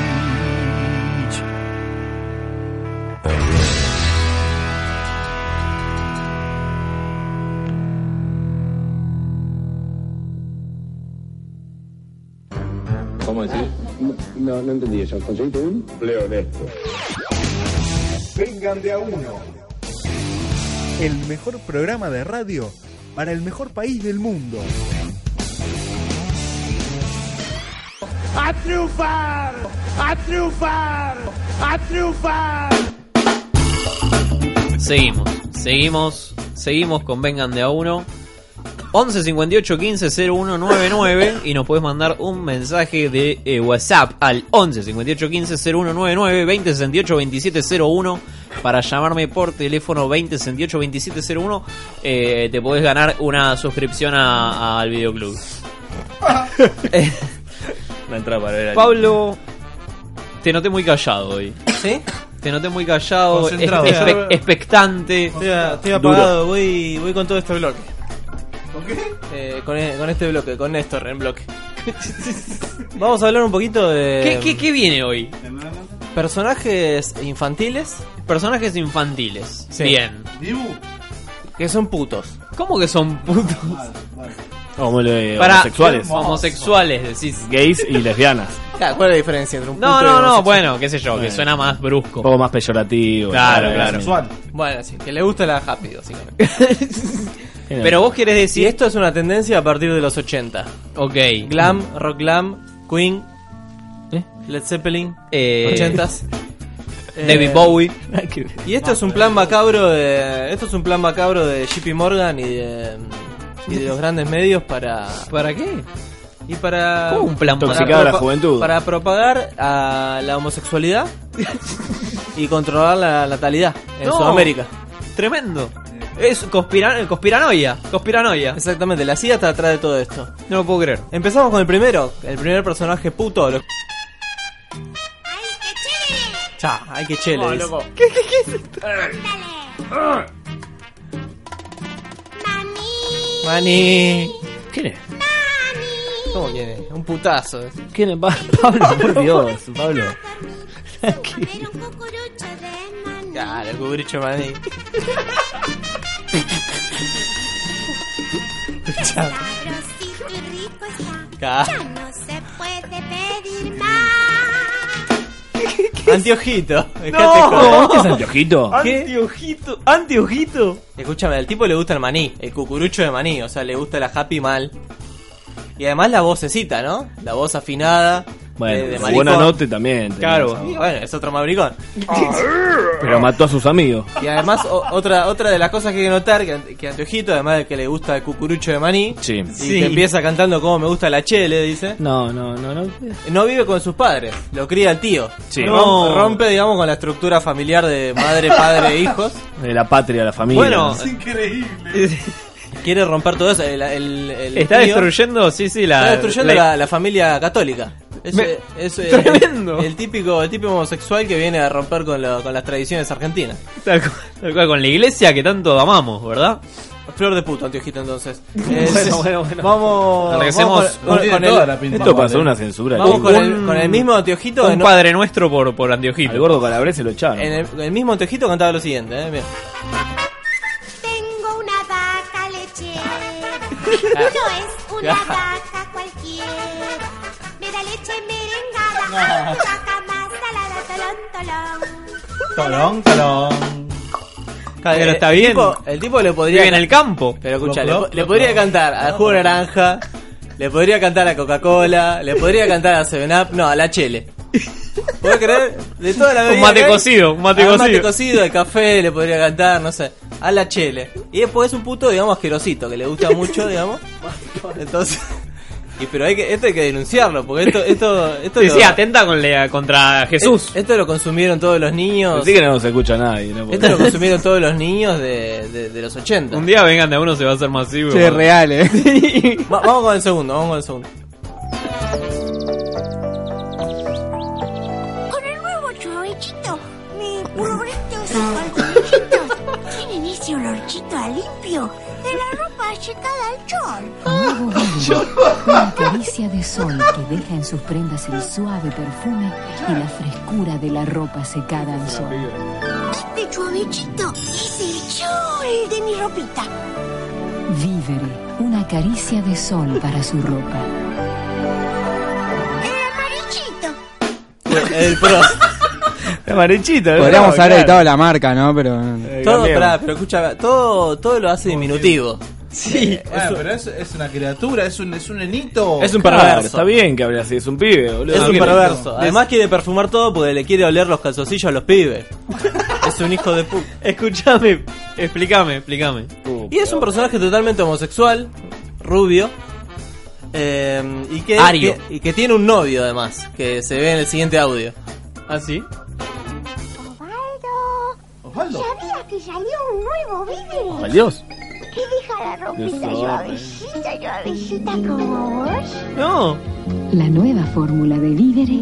¿Cómo decís? No, no entendí eso. ¿Conseguiste un? Leo honesto.
Vengan de a uno. El mejor programa de radio para el mejor país del mundo.
¡A triunfar! ¡A triunfar! ¡A triunfar!
Seguimos, seguimos, seguimos con Vengan de a uno. 11 58 15 0199 y nos puedes mandar un mensaje de eh, WhatsApp al 11 58 15 0199 20 68 27 01 para llamarme por teléfono 20 68 27 01 eh, te podés ganar una suscripción a- al videoclub. Eh,
Una entrada para ver a-
Pablo, te noté muy callado hoy. ¿Sí? Te noté muy callado,
Concentrado.
espe- espe- expectante.
Estoy a-
Estoy
Duro.
apagado, voy, voy con todo este bloque. ¿Con qué? con, e- con este bloque, con Néstor en bloque. Vamos a hablar un poquito de.
¿Qué, qué, qué viene hoy?
Personajes infantiles.
Personajes infantiles.
Sí.
Bien.
Que son putos.
¿Cómo que son putos?
Como lo de
Para-
homosexuales.
Homosexuales, decís.
Gays y lesbianas.
Claro, ¿Cuál es la diferencia entre un puto y
No, no,
un
no,
homosexual?
bueno, qué sé yo, que
Bueno.
suena más brusco.
Un poco más peyorativo.
Claro,
eh,
claro.
sexual.
Bueno, sí, que le gusta la Happy, básicamente.
Pero vos querés decir.
Y esto es una tendencia a partir de los 80.
Ok.
Glam, rock glam, Queen, Led Zeppelin,
Eh,
80s.
David Bowie.
Y esto es un plan macabro de. Esto es un plan macabro de JP Morgan y de. y de los grandes medios para.
¿Para qué?
Y para.
¿Cómo un plan
para
Intoxicar a la
propa-
juventud?
Para propagar a la homosexualidad y controlar la natalidad en
No.
Sudamérica.
Tremendo. Es conspira- conspiranoia. Conspiranoia.
Exactamente, la CIA está atrás de todo esto.
No lo puedo creer.
Empezamos con el primero, el primer personaje puto. Lo... Cha, ay que chele.
Oh,
dice.
¿Qué, qué, qué es esto? Dale.
Mani.
¿Quién es?
¿Cómo quién es? Un putazo.
¿Quién es? Pablo, por Dios, Pablo.
Claro, el cubricho de maní. Chao. Ca- Antiojito.
No. ¿Qué es anteojito?
¿Antiojito? ¿Antiojito? Escúchame, al tipo le gusta el maní, el cucurucho de maní, o sea, le gusta la happy mal. Y además la vocecita, ¿no? La voz afinada.
Bueno,
eh, de
buena
maricón.
note también tenía esa
Claro,
voz.
y bueno, es otro mabricón.
Pero mató a sus amigos.
Y además, o- otra, otra de las cosas que hay que notar, que, que Anteojito, además de que le gusta el cucurucho de maní,
Sí.
y que empieza cantando como me gusta la chele, dice.
No, no, no, no.
No vive con sus padres, lo cría el tío.
Sí.
Rom-
No.
Rompe, digamos, con la estructura familiar de madre, padre e hijos.
De la patria, la familia.
Bueno,
Sí.
increíble. Quiere romper todo eso. el- el- el
Está
tío
destruyendo, sí, sí, la.
está destruyendo la, la familia católica. Es, eh,
Me-
es-
Tremendo.
El, el típico, el típico homosexual que viene a romper con, lo- con las tradiciones argentinas.
Tal cual, tal cual, con la iglesia que tanto amamos, ¿verdad?
Flor de puto, anteojito, entonces.
Bueno, bueno, bueno.
Vamos.
Regresemos.
vamos con- con-
Tiene
con
toda
el-
la pinta. Esto pasó una censura.
Vamos con,
Un-
el, con el mismo anteojito. Eh,
Un
en-
padre nuestro por, por anteojito. El
gordo calabrés se lo echaron.
en el, en el mismo anteojito cantaba lo siguiente, eh. Bien.
Tengo una vaca lechera. No es una
Ya.
vaca cualquiera. Me da leche merengada. Vaca más salada, tolón, tolón.
Talón, talón.
Eh,
Pero está
el
bien.
tipo- el tipo le podría.
Vive en el campo.
Pero escucha, le,
Lo-
po-
lo-
le podría cantar al jugo de naranja, le podría cantar a Coca-Cola, le podría cantar a Seven Up, no, a la Chele. ¿Puedes creer? De toda la
Un
bebida
mate
que hay,
cocido, un mate
al
cocido.
cocido, al café le podría cantar, no sé, a la Chele. Y después es un puto, digamos, asquerosito, que le gusta mucho, digamos. Entonces. Y pero hay que, esto hay que denunciarlo, porque esto, esto, esto
Sí,
lo-
sí, atenta con la- contra Jesús.
e- Esto lo consumieron todos los niños.
Así que no se escucha a nadie. ¿no?
Esto lo consumieron todos los niños de, de- de los 80.
Un día vengan de a uno se va a hacer masivo.
Che, real,
eh.
Va- vamos con el segundo, vamos con el segundo.
Con el nuevo chorrillito, mi pulorito salchichito. Tienen ese olorcito a limpio de la ropa secada al chorro.
Nuevo Bimbo. Una caricia de sol que deja en sus prendas el suave perfume y la frescura de la ropa secada al sol.
Este chorrillito es el chorro de mi ropita.
Vivere, una caricia de sol para su ropa.
El amarillito
El pro.
La marechita, ¿verdad?
Podríamos haber
Claro. Eh,
editado la marca, ¿no? Pero.
Eh,
Todo, pará, pero escucha, todo, todo lo hace diminutivo. Eh,
Sí, pero es, es una criatura, es un, es un enito.
Es un perverso. Está bien que hable así, es un pibe, boludo.
Oh, Es
No
un
quiere-
perverso. Además quiere perfumar todo porque le quiere oler los calzoncillos a los pibes. es un hijo de puta.
Escuchame, explícame, explícame.
Y es un personaje totalmente homosexual, rubio. eh, y, que,
Ario.
que- y que tiene un novio además, que se ve en el siguiente audio. ¿Ah, sí?
Sabía que salió un nuevo vídeo.
Dios.
¿Qué deja la ropita
Desorden.
suavecita, suavecita como vos?
No.
La nueva fórmula de Vivere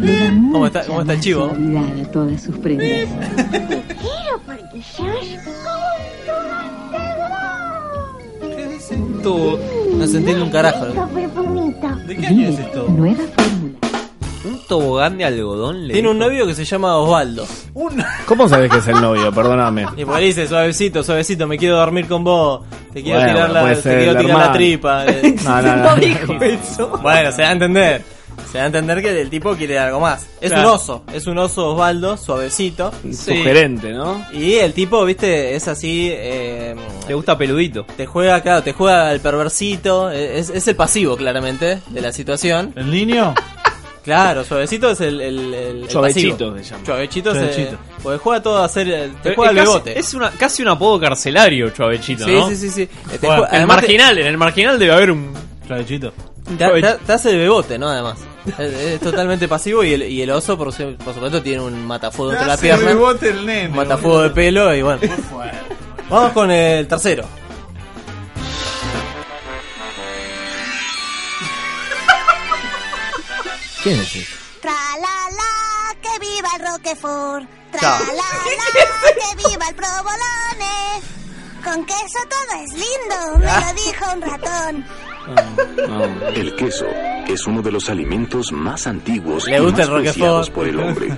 le da
¿Cómo está,
mucha
cómo está el
más
chivo?
suavidad a todas sus prendas.
Quiero porque sos como un ¿Qué dicen?
Tú no se entiende un carajo. ¿no?
perfumito.
qué año es esto?
Nueva
Un tobogán de algodón. Tiene un novio que se llama Osvaldo.
¿Cómo sabes que es el novio? Perdóname.
Y por ahí dice, suavecito, suavecito, me quiero dormir con vos. Te quiero
Bueno,
tirar, la,
puede
te
ser
quiero
el
tirar la
hermano.
tripa. eh.
No, no, no. No dijo
Bueno, se da a entender. Se da a entender que el tipo quiere algo más. Es
Claro.
un oso, es un oso Osvaldo, suavecito.
Sugerente, ¿no?
Y el tipo, viste, es así. Eh,
Te gusta peludito.
te juega, claro, te juega el perversito. e-, Es, es el pasivo, claramente, de la situación.
¿El niño?
Claro, suavecito es el. el, el- el
Suavechito
pasivo.
se llama.
Suavechito es.
Suavechito.
eh, Porque juega todo a hacer. Te
Eh,
juega
eh,
el
casi-
bebote.
Es una, casi un apodo carcelario, Chuavechito,
Sí,
¿no?
sí, sí, sí. Eh, te
Bueno,
juega-
el
además te-
marginal, en el marginal debe haber un.
Chuavechito.
Te, te- te hace de bebote, ¿no? Además. Es, es totalmente pasivo y el, y el oso, por, su- por supuesto, tiene un matafuego entre la pierna.
el nene.
un matafuego de pelo y bueno. Vamos con el tercero.
¿Quién es ese?
este?
Tra la la, que viva el Roquefort. Tra
Chao.
la la, que viva el provolone. Con queso todo es lindo, me lo dijo un ratón.
El queso es uno de los alimentos más antiguos
Le
y
gusta
más
el Roquefort.
preciados por el hombre.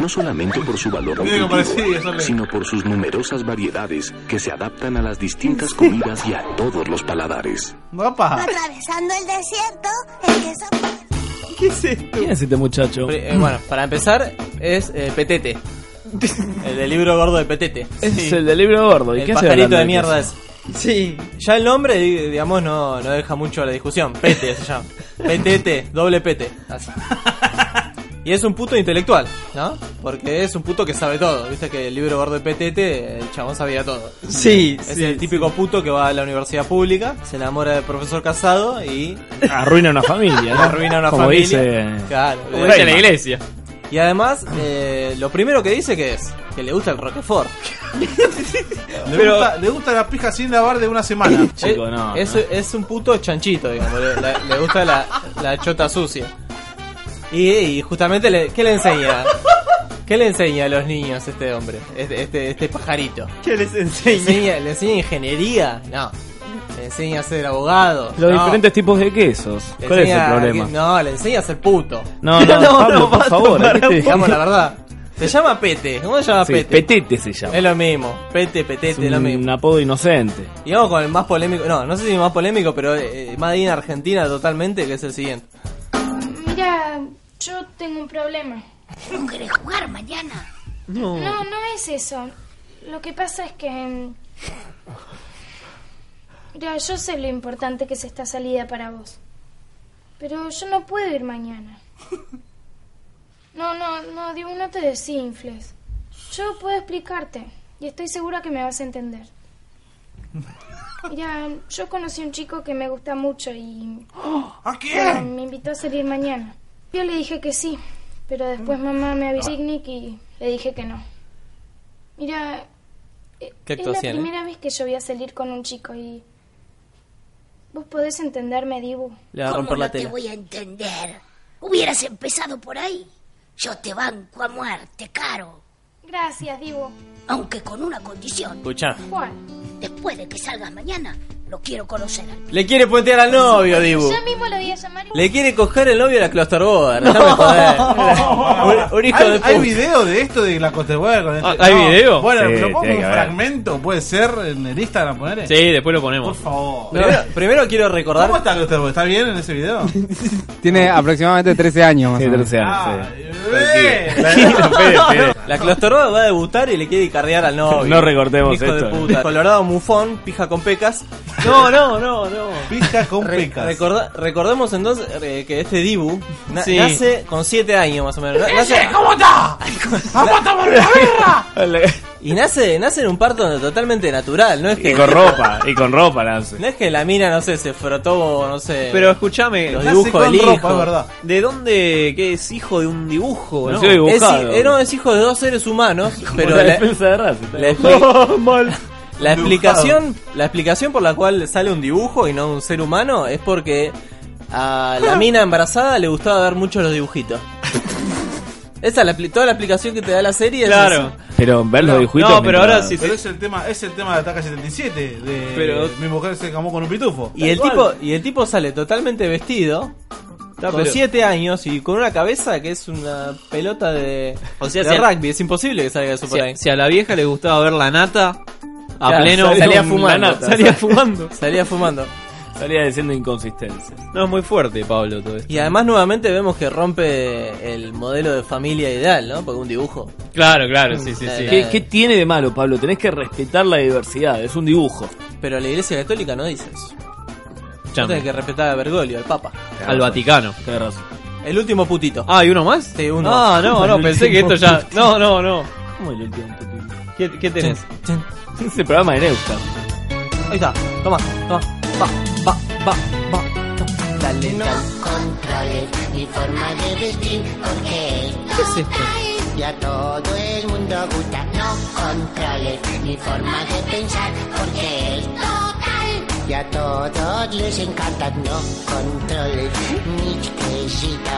No solamente por su valor
Digo,
nutritivo,
parecía, sale.
sino por sus numerosas variedades que se adaptan a las distintas comidas y a todos los paladares.
Atravesando el desierto, el queso.
¿Qué es esto?
¿Quién es este muchacho?
eh, bueno, para empezar, es eh, Petete. El del libro gordo de Petete.
Es el del libro gordo. ¿Y
el
qué hace
pajarito
hablando
de
de
mierda es.
queso?
Sí. Ya el nombre, di- digamos, no, no deja mucho a la discusión. Pete se llama. Petete, doble pete. Así. Y es un puto intelectual, ¿no? Porque es un puto que sabe todo. Viste que el libro gordo de Petete, el chabón sabía todo.
Sí,
Es
sí,
el típico puto que va a la universidad pública, se enamora del profesor casado y
Arruina una familia, ¿no?
Arruina una
Como
familia.
Dice...
Claro.
Como dice la
iglesia.
Y además, eh, lo primero que dice que es que le gusta el Roquefort.
Le, gusta, le gusta la pija sin lavar de una semana.
Eh, es, es un puto chanchito, digamos. Le, la- le gusta la, la chota sucia. Y, y justamente, le, ¿qué le enseña? ¿Qué le enseña a los niños este hombre? Este, este, este pajarito.
¿Qué les
¿Le enseña, ¿Le enseña ingeniería? No. ¿Le enseña a ser abogado?
Los
No.
diferentes tipos de quesos.
Le
¿Cuál es el
enseña-
problema?
Eh, No, le enseña a ser puto.
No, no, Pablo, por
Pato,
favor,
para,
¿qué te dije?
Digamos la verdad. Se llama Pete. ¿Cómo se llama
Sí,
Pete?
Petete se llama.
Es lo mismo. Pete,
Es
Petete,
un,
es Este lo mismo.
apodo inocente.
Y vamos con el más polémico. No, no sé si el más polémico, pero eh, Madrid Argentina totalmente, que es el siguiente.
Mira, yo tengo un problema.
¿No querés jugar mañana?
No, no es eso. Lo que pasa es que... mm, Mira, yo sé lo importante que es esta salida para vos. Pero yo no puedo ir mañana. No, no, no, digo, no te desinfles. Yo puedo explicarte y estoy segura que me vas a entender. Mira, yo conocí a un chico que me gusta mucho y... ¿A
quién?
me invitó a salir mañana. Yo le dije que sí, pero después
Mm.
mamá me
Ah.
avisó picnic y le dije que no. Mira,
¿Qué
es la
actuación? eh?
primera vez que yo voy a salir con un chico y... Vos podés entenderme, Dibu.
Le va a
¿Cómo
romper
no
la
te
tela.
voy
Voy a entender. Hubieras empezado por ahí. Yo te banco a muerte, caro.
Gracias, Dibu.
Aunque con una condición.
Escuchá.
¿Cuál?
Después de que salgas mañana, lo quiero conocer.
Le quiere puentear al novio, Dibu.
Yo mismo lo voy a llamar
Le quiere coger el novio a la Clusterboard. Déjame joder. Un, un hijo
¿Hay,
de
hay
puta.
video de esto de la Costebuega con
Ah, ¿hay video?
Bueno,
Sí,
pero pongo
tiene
un
que haber.
fragmento, puede ser en el Instagram, ponele.
Sí, después lo ponemos.
Por favor.
Primero-
primero quiero recordar.
¿Cómo está Costebuega? ¿Está bien en ese video?
Tiene aproximadamente 13 años. Más o menos.
Ah, eh,
La Clostorba va a debutar y le quiere cardear al novio.
No recortemos
Hijo
esto.
de puta. Colorado mufón, pija con pecas.
No, no, no, no.
Pija con
pecas.
recordemos entonces eh, que este Dibu na-
Sí.
nace con 7 años más o menos. Na- nace-
¿Cómo está?
y nace, nace en un parto totalmente natural, no es que
Y con ropa, y con ropa, Lance.
No es que la mina, no sé, se frotó, no sé.
Pero escúchame,
Eh, los
nace
dibujos
con
del hijo.
ropa, es verdad. ¿De dónde? ¿Qué es hijo de un dibujo?
No, es, hi- eh, no, es hijo de dos seres humanos, pero
la
la,
defensa
de raza.
la expli- la explicación, la explicación por la cual sale un dibujo y no un ser humano es porque a la mina embarazada le gustaba ver mucho los dibujitos. Esa es la, pli- toda la explicación que te da la serie. es
Claro.
Pero ver los dibujitos. mientras-
Ah, Pero es el tema, es el tema de Ataca 77. De
Pero-
mi mujer se camó con un pitufo.
Y el tipo, y el tipo sale totalmente vestido. Con
pero-
7 años y con una cabeza que es una pelota de,
O sea,
de
si a-
rugby, es imposible que salga eso por
Si,
ahí.
a- si a la vieja le gustaba ver la nata, a
Claro,
pleno.
salía,
con
fumando,
la nata. Salía fumando.
Salía fumando.
Salía diciendo inconsistencias.
No, es muy fuerte, Pablo, todo esto.
Y además nuevamente vemos que rompe el modelo de familia ideal, ¿no? Porque un dibujo.
Claro, claro, sí, sí,
La-
sí.
la-
¿Qué, qué tiene de malo, Pablo? Tenés que respetar la diversidad, es un dibujo.
Pero la iglesia católica no dice eso.
Chame.
No tenés que respetar a Bergoglio, al Papa.
Al Vaticano.
El último putito.
Ah, ¿y uno más?
Sí, uno
Ah,
más.
no, no,
El
pensé que
último
esto ya.
putito.
No, no, no.
¿Cómo el último putito?
¿Qué, qué tenés?
Es el programa de Neustadt.
Ahí está, toma, toma, va, va, va, va. Toma, Dale,
No
dale.
controles mi forma de vestir porque
¿Qué es esto?
Y a todo el mundo gusta. No controles mi forma de pensar porque es total. Y a todos les encanta. No controles mis quesitos.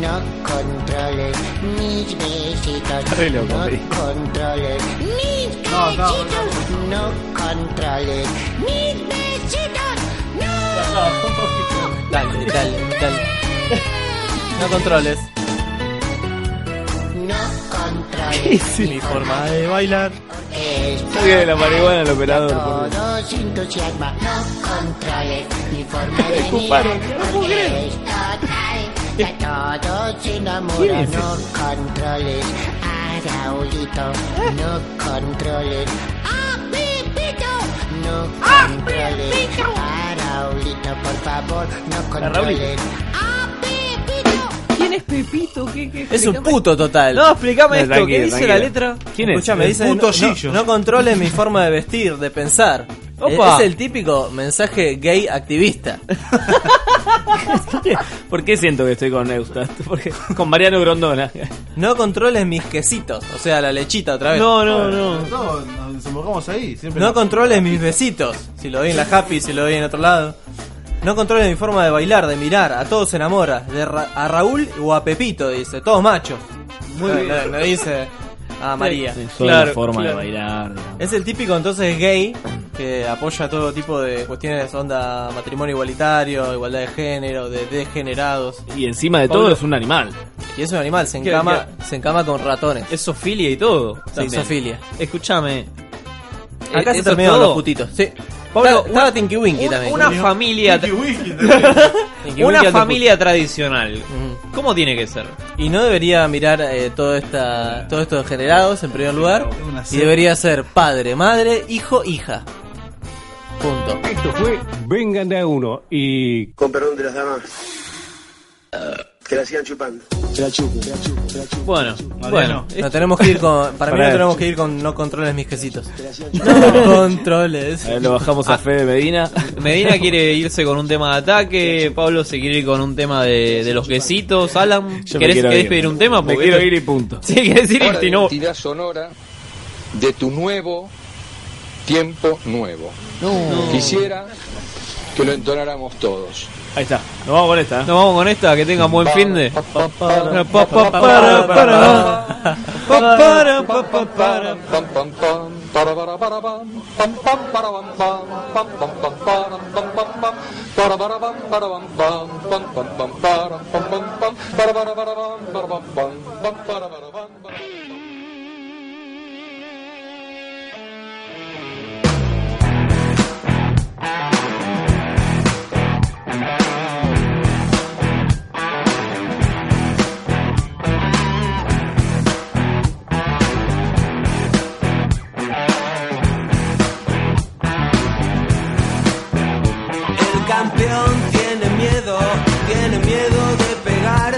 No controles mis besitos.
Re loco,
no
sí.
controles mis quesitos.
No, no,
No controles mis besitos. No.
Dale, dale, dale. No controles.
No controles
Mi forma de bailar. Eh,
Esto
Sale de la marihuana el operador. por Dios.
todo se entusiasma, no controles mi forma de
Escuparon.
mirar, porque es total, de todo se enamora,
¿Quién es
Ah, no controles a Raulito, no controles a Pepito, no controles a Raulito, por favor, no controles a Ah, Pepito.
¿Quién es Pepito? ¿Qué, qué,
Es un puto total.
No, explícame esto,
tranquilo,
¿qué dice
tranquilo.
la letra?
¿Quién es? Escuchame,
El
dice,
puto
no- no,
Gillo.
no controles mi forma de vestir, de pensar. Eh,
Opa.
Es el típico mensaje gay activista.
¿Por qué siento que estoy con Neustadt? Porque con Mariano Grondona.
No controles mis quesitos, o sea, la lechita otra vez.
Todos nos desembocamos ahí. Siempre
No controles mis besitos. Si lo doy en la happy, si lo doy en otro lado. No controles mi forma de bailar, de mirar. A todos se enamora. De Ra- a Raúl o a Pepito, dice. Todos machos.
Muy
No,
bien.
No, no dice a María.
Sí, solo la forma de bailar. digamos.
Es el típico entonces gay que apoya todo tipo de cuestiones onda matrimonio igualitario, igualdad de género, de degenerados.
Y encima de todo
Pablo.
es un animal.
Y es un animal, se encama,
¿Qué-
se encama con ratones.
Es sofilia y todo.
Sí, sofilia.
Escúchame.
Acá
¿E-
se
eso es
terminaron
todo?
los putitos. Sí.
Pablo,
Estaba- estaba Tinky Winky
un-
también.
Una
Tinky
familia. tra-
Winky
Una
ando
familia tradicional. ¿Cómo tiene que ser?
Y no debería mirar eh, todo, esta, todo esto degenerados en primer lugar. Y debería ser padre, madre, hijo, hija. Punto.
Esto fue Vengan de a uno y.
Con perdón de las damas. Que la sigan chupando. Que la chupen, que la chupen, que la chupen.
Bueno,
Bueno,
bueno.
no tenemos que ir con. Para mí no
Pará.
tenemos que ir con no controles mis quesitos. No controles. Ah.
A ver, lo bajamos a Fede Medina.
Medina quiere irse con un tema de ataque, Pablo se quiere ir con un tema de, de los quesitos, Alan,
Yo me
¿querés,
quiero
querés
ir.
pedir un tema?
Me quiero ir y punto.
Sí, querés ir
Ahora,
y no.
identidad sonora de tu nuevo tiempo nuevo. Quisiera que lo entonáramos todos.
Ahí está. Nos vamos con esta. ¿eh?
Nos vamos con esta, que tengan buen fin de...
campeón tiene miedo, tiene miedo de pegar.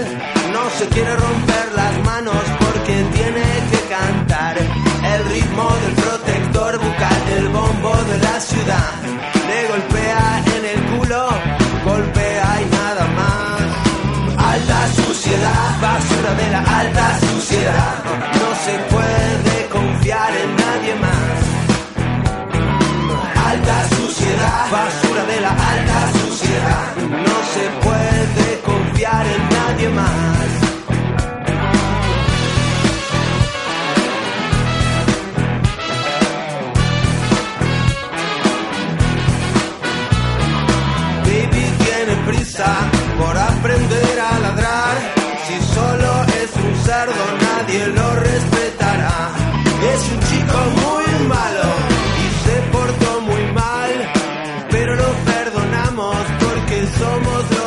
No se quiere romper las manos porque tiene que cantar el ritmo del protector bucal, el bombo de la ciudad. Le golpea en el culo, golpea y nada más. Alta suciedad, basura de la alta suciedad. No se puede confiar en nadie más. Alta suciedad, basura de la alta suciedad. No se puede confiar en nadie más. Baby tiene prisa por aprender a ladrar. Si solo es un cerdo, nadie lo respetará. Es un chico muy malo y se portó muy mal, pero lo perdonamos porque somos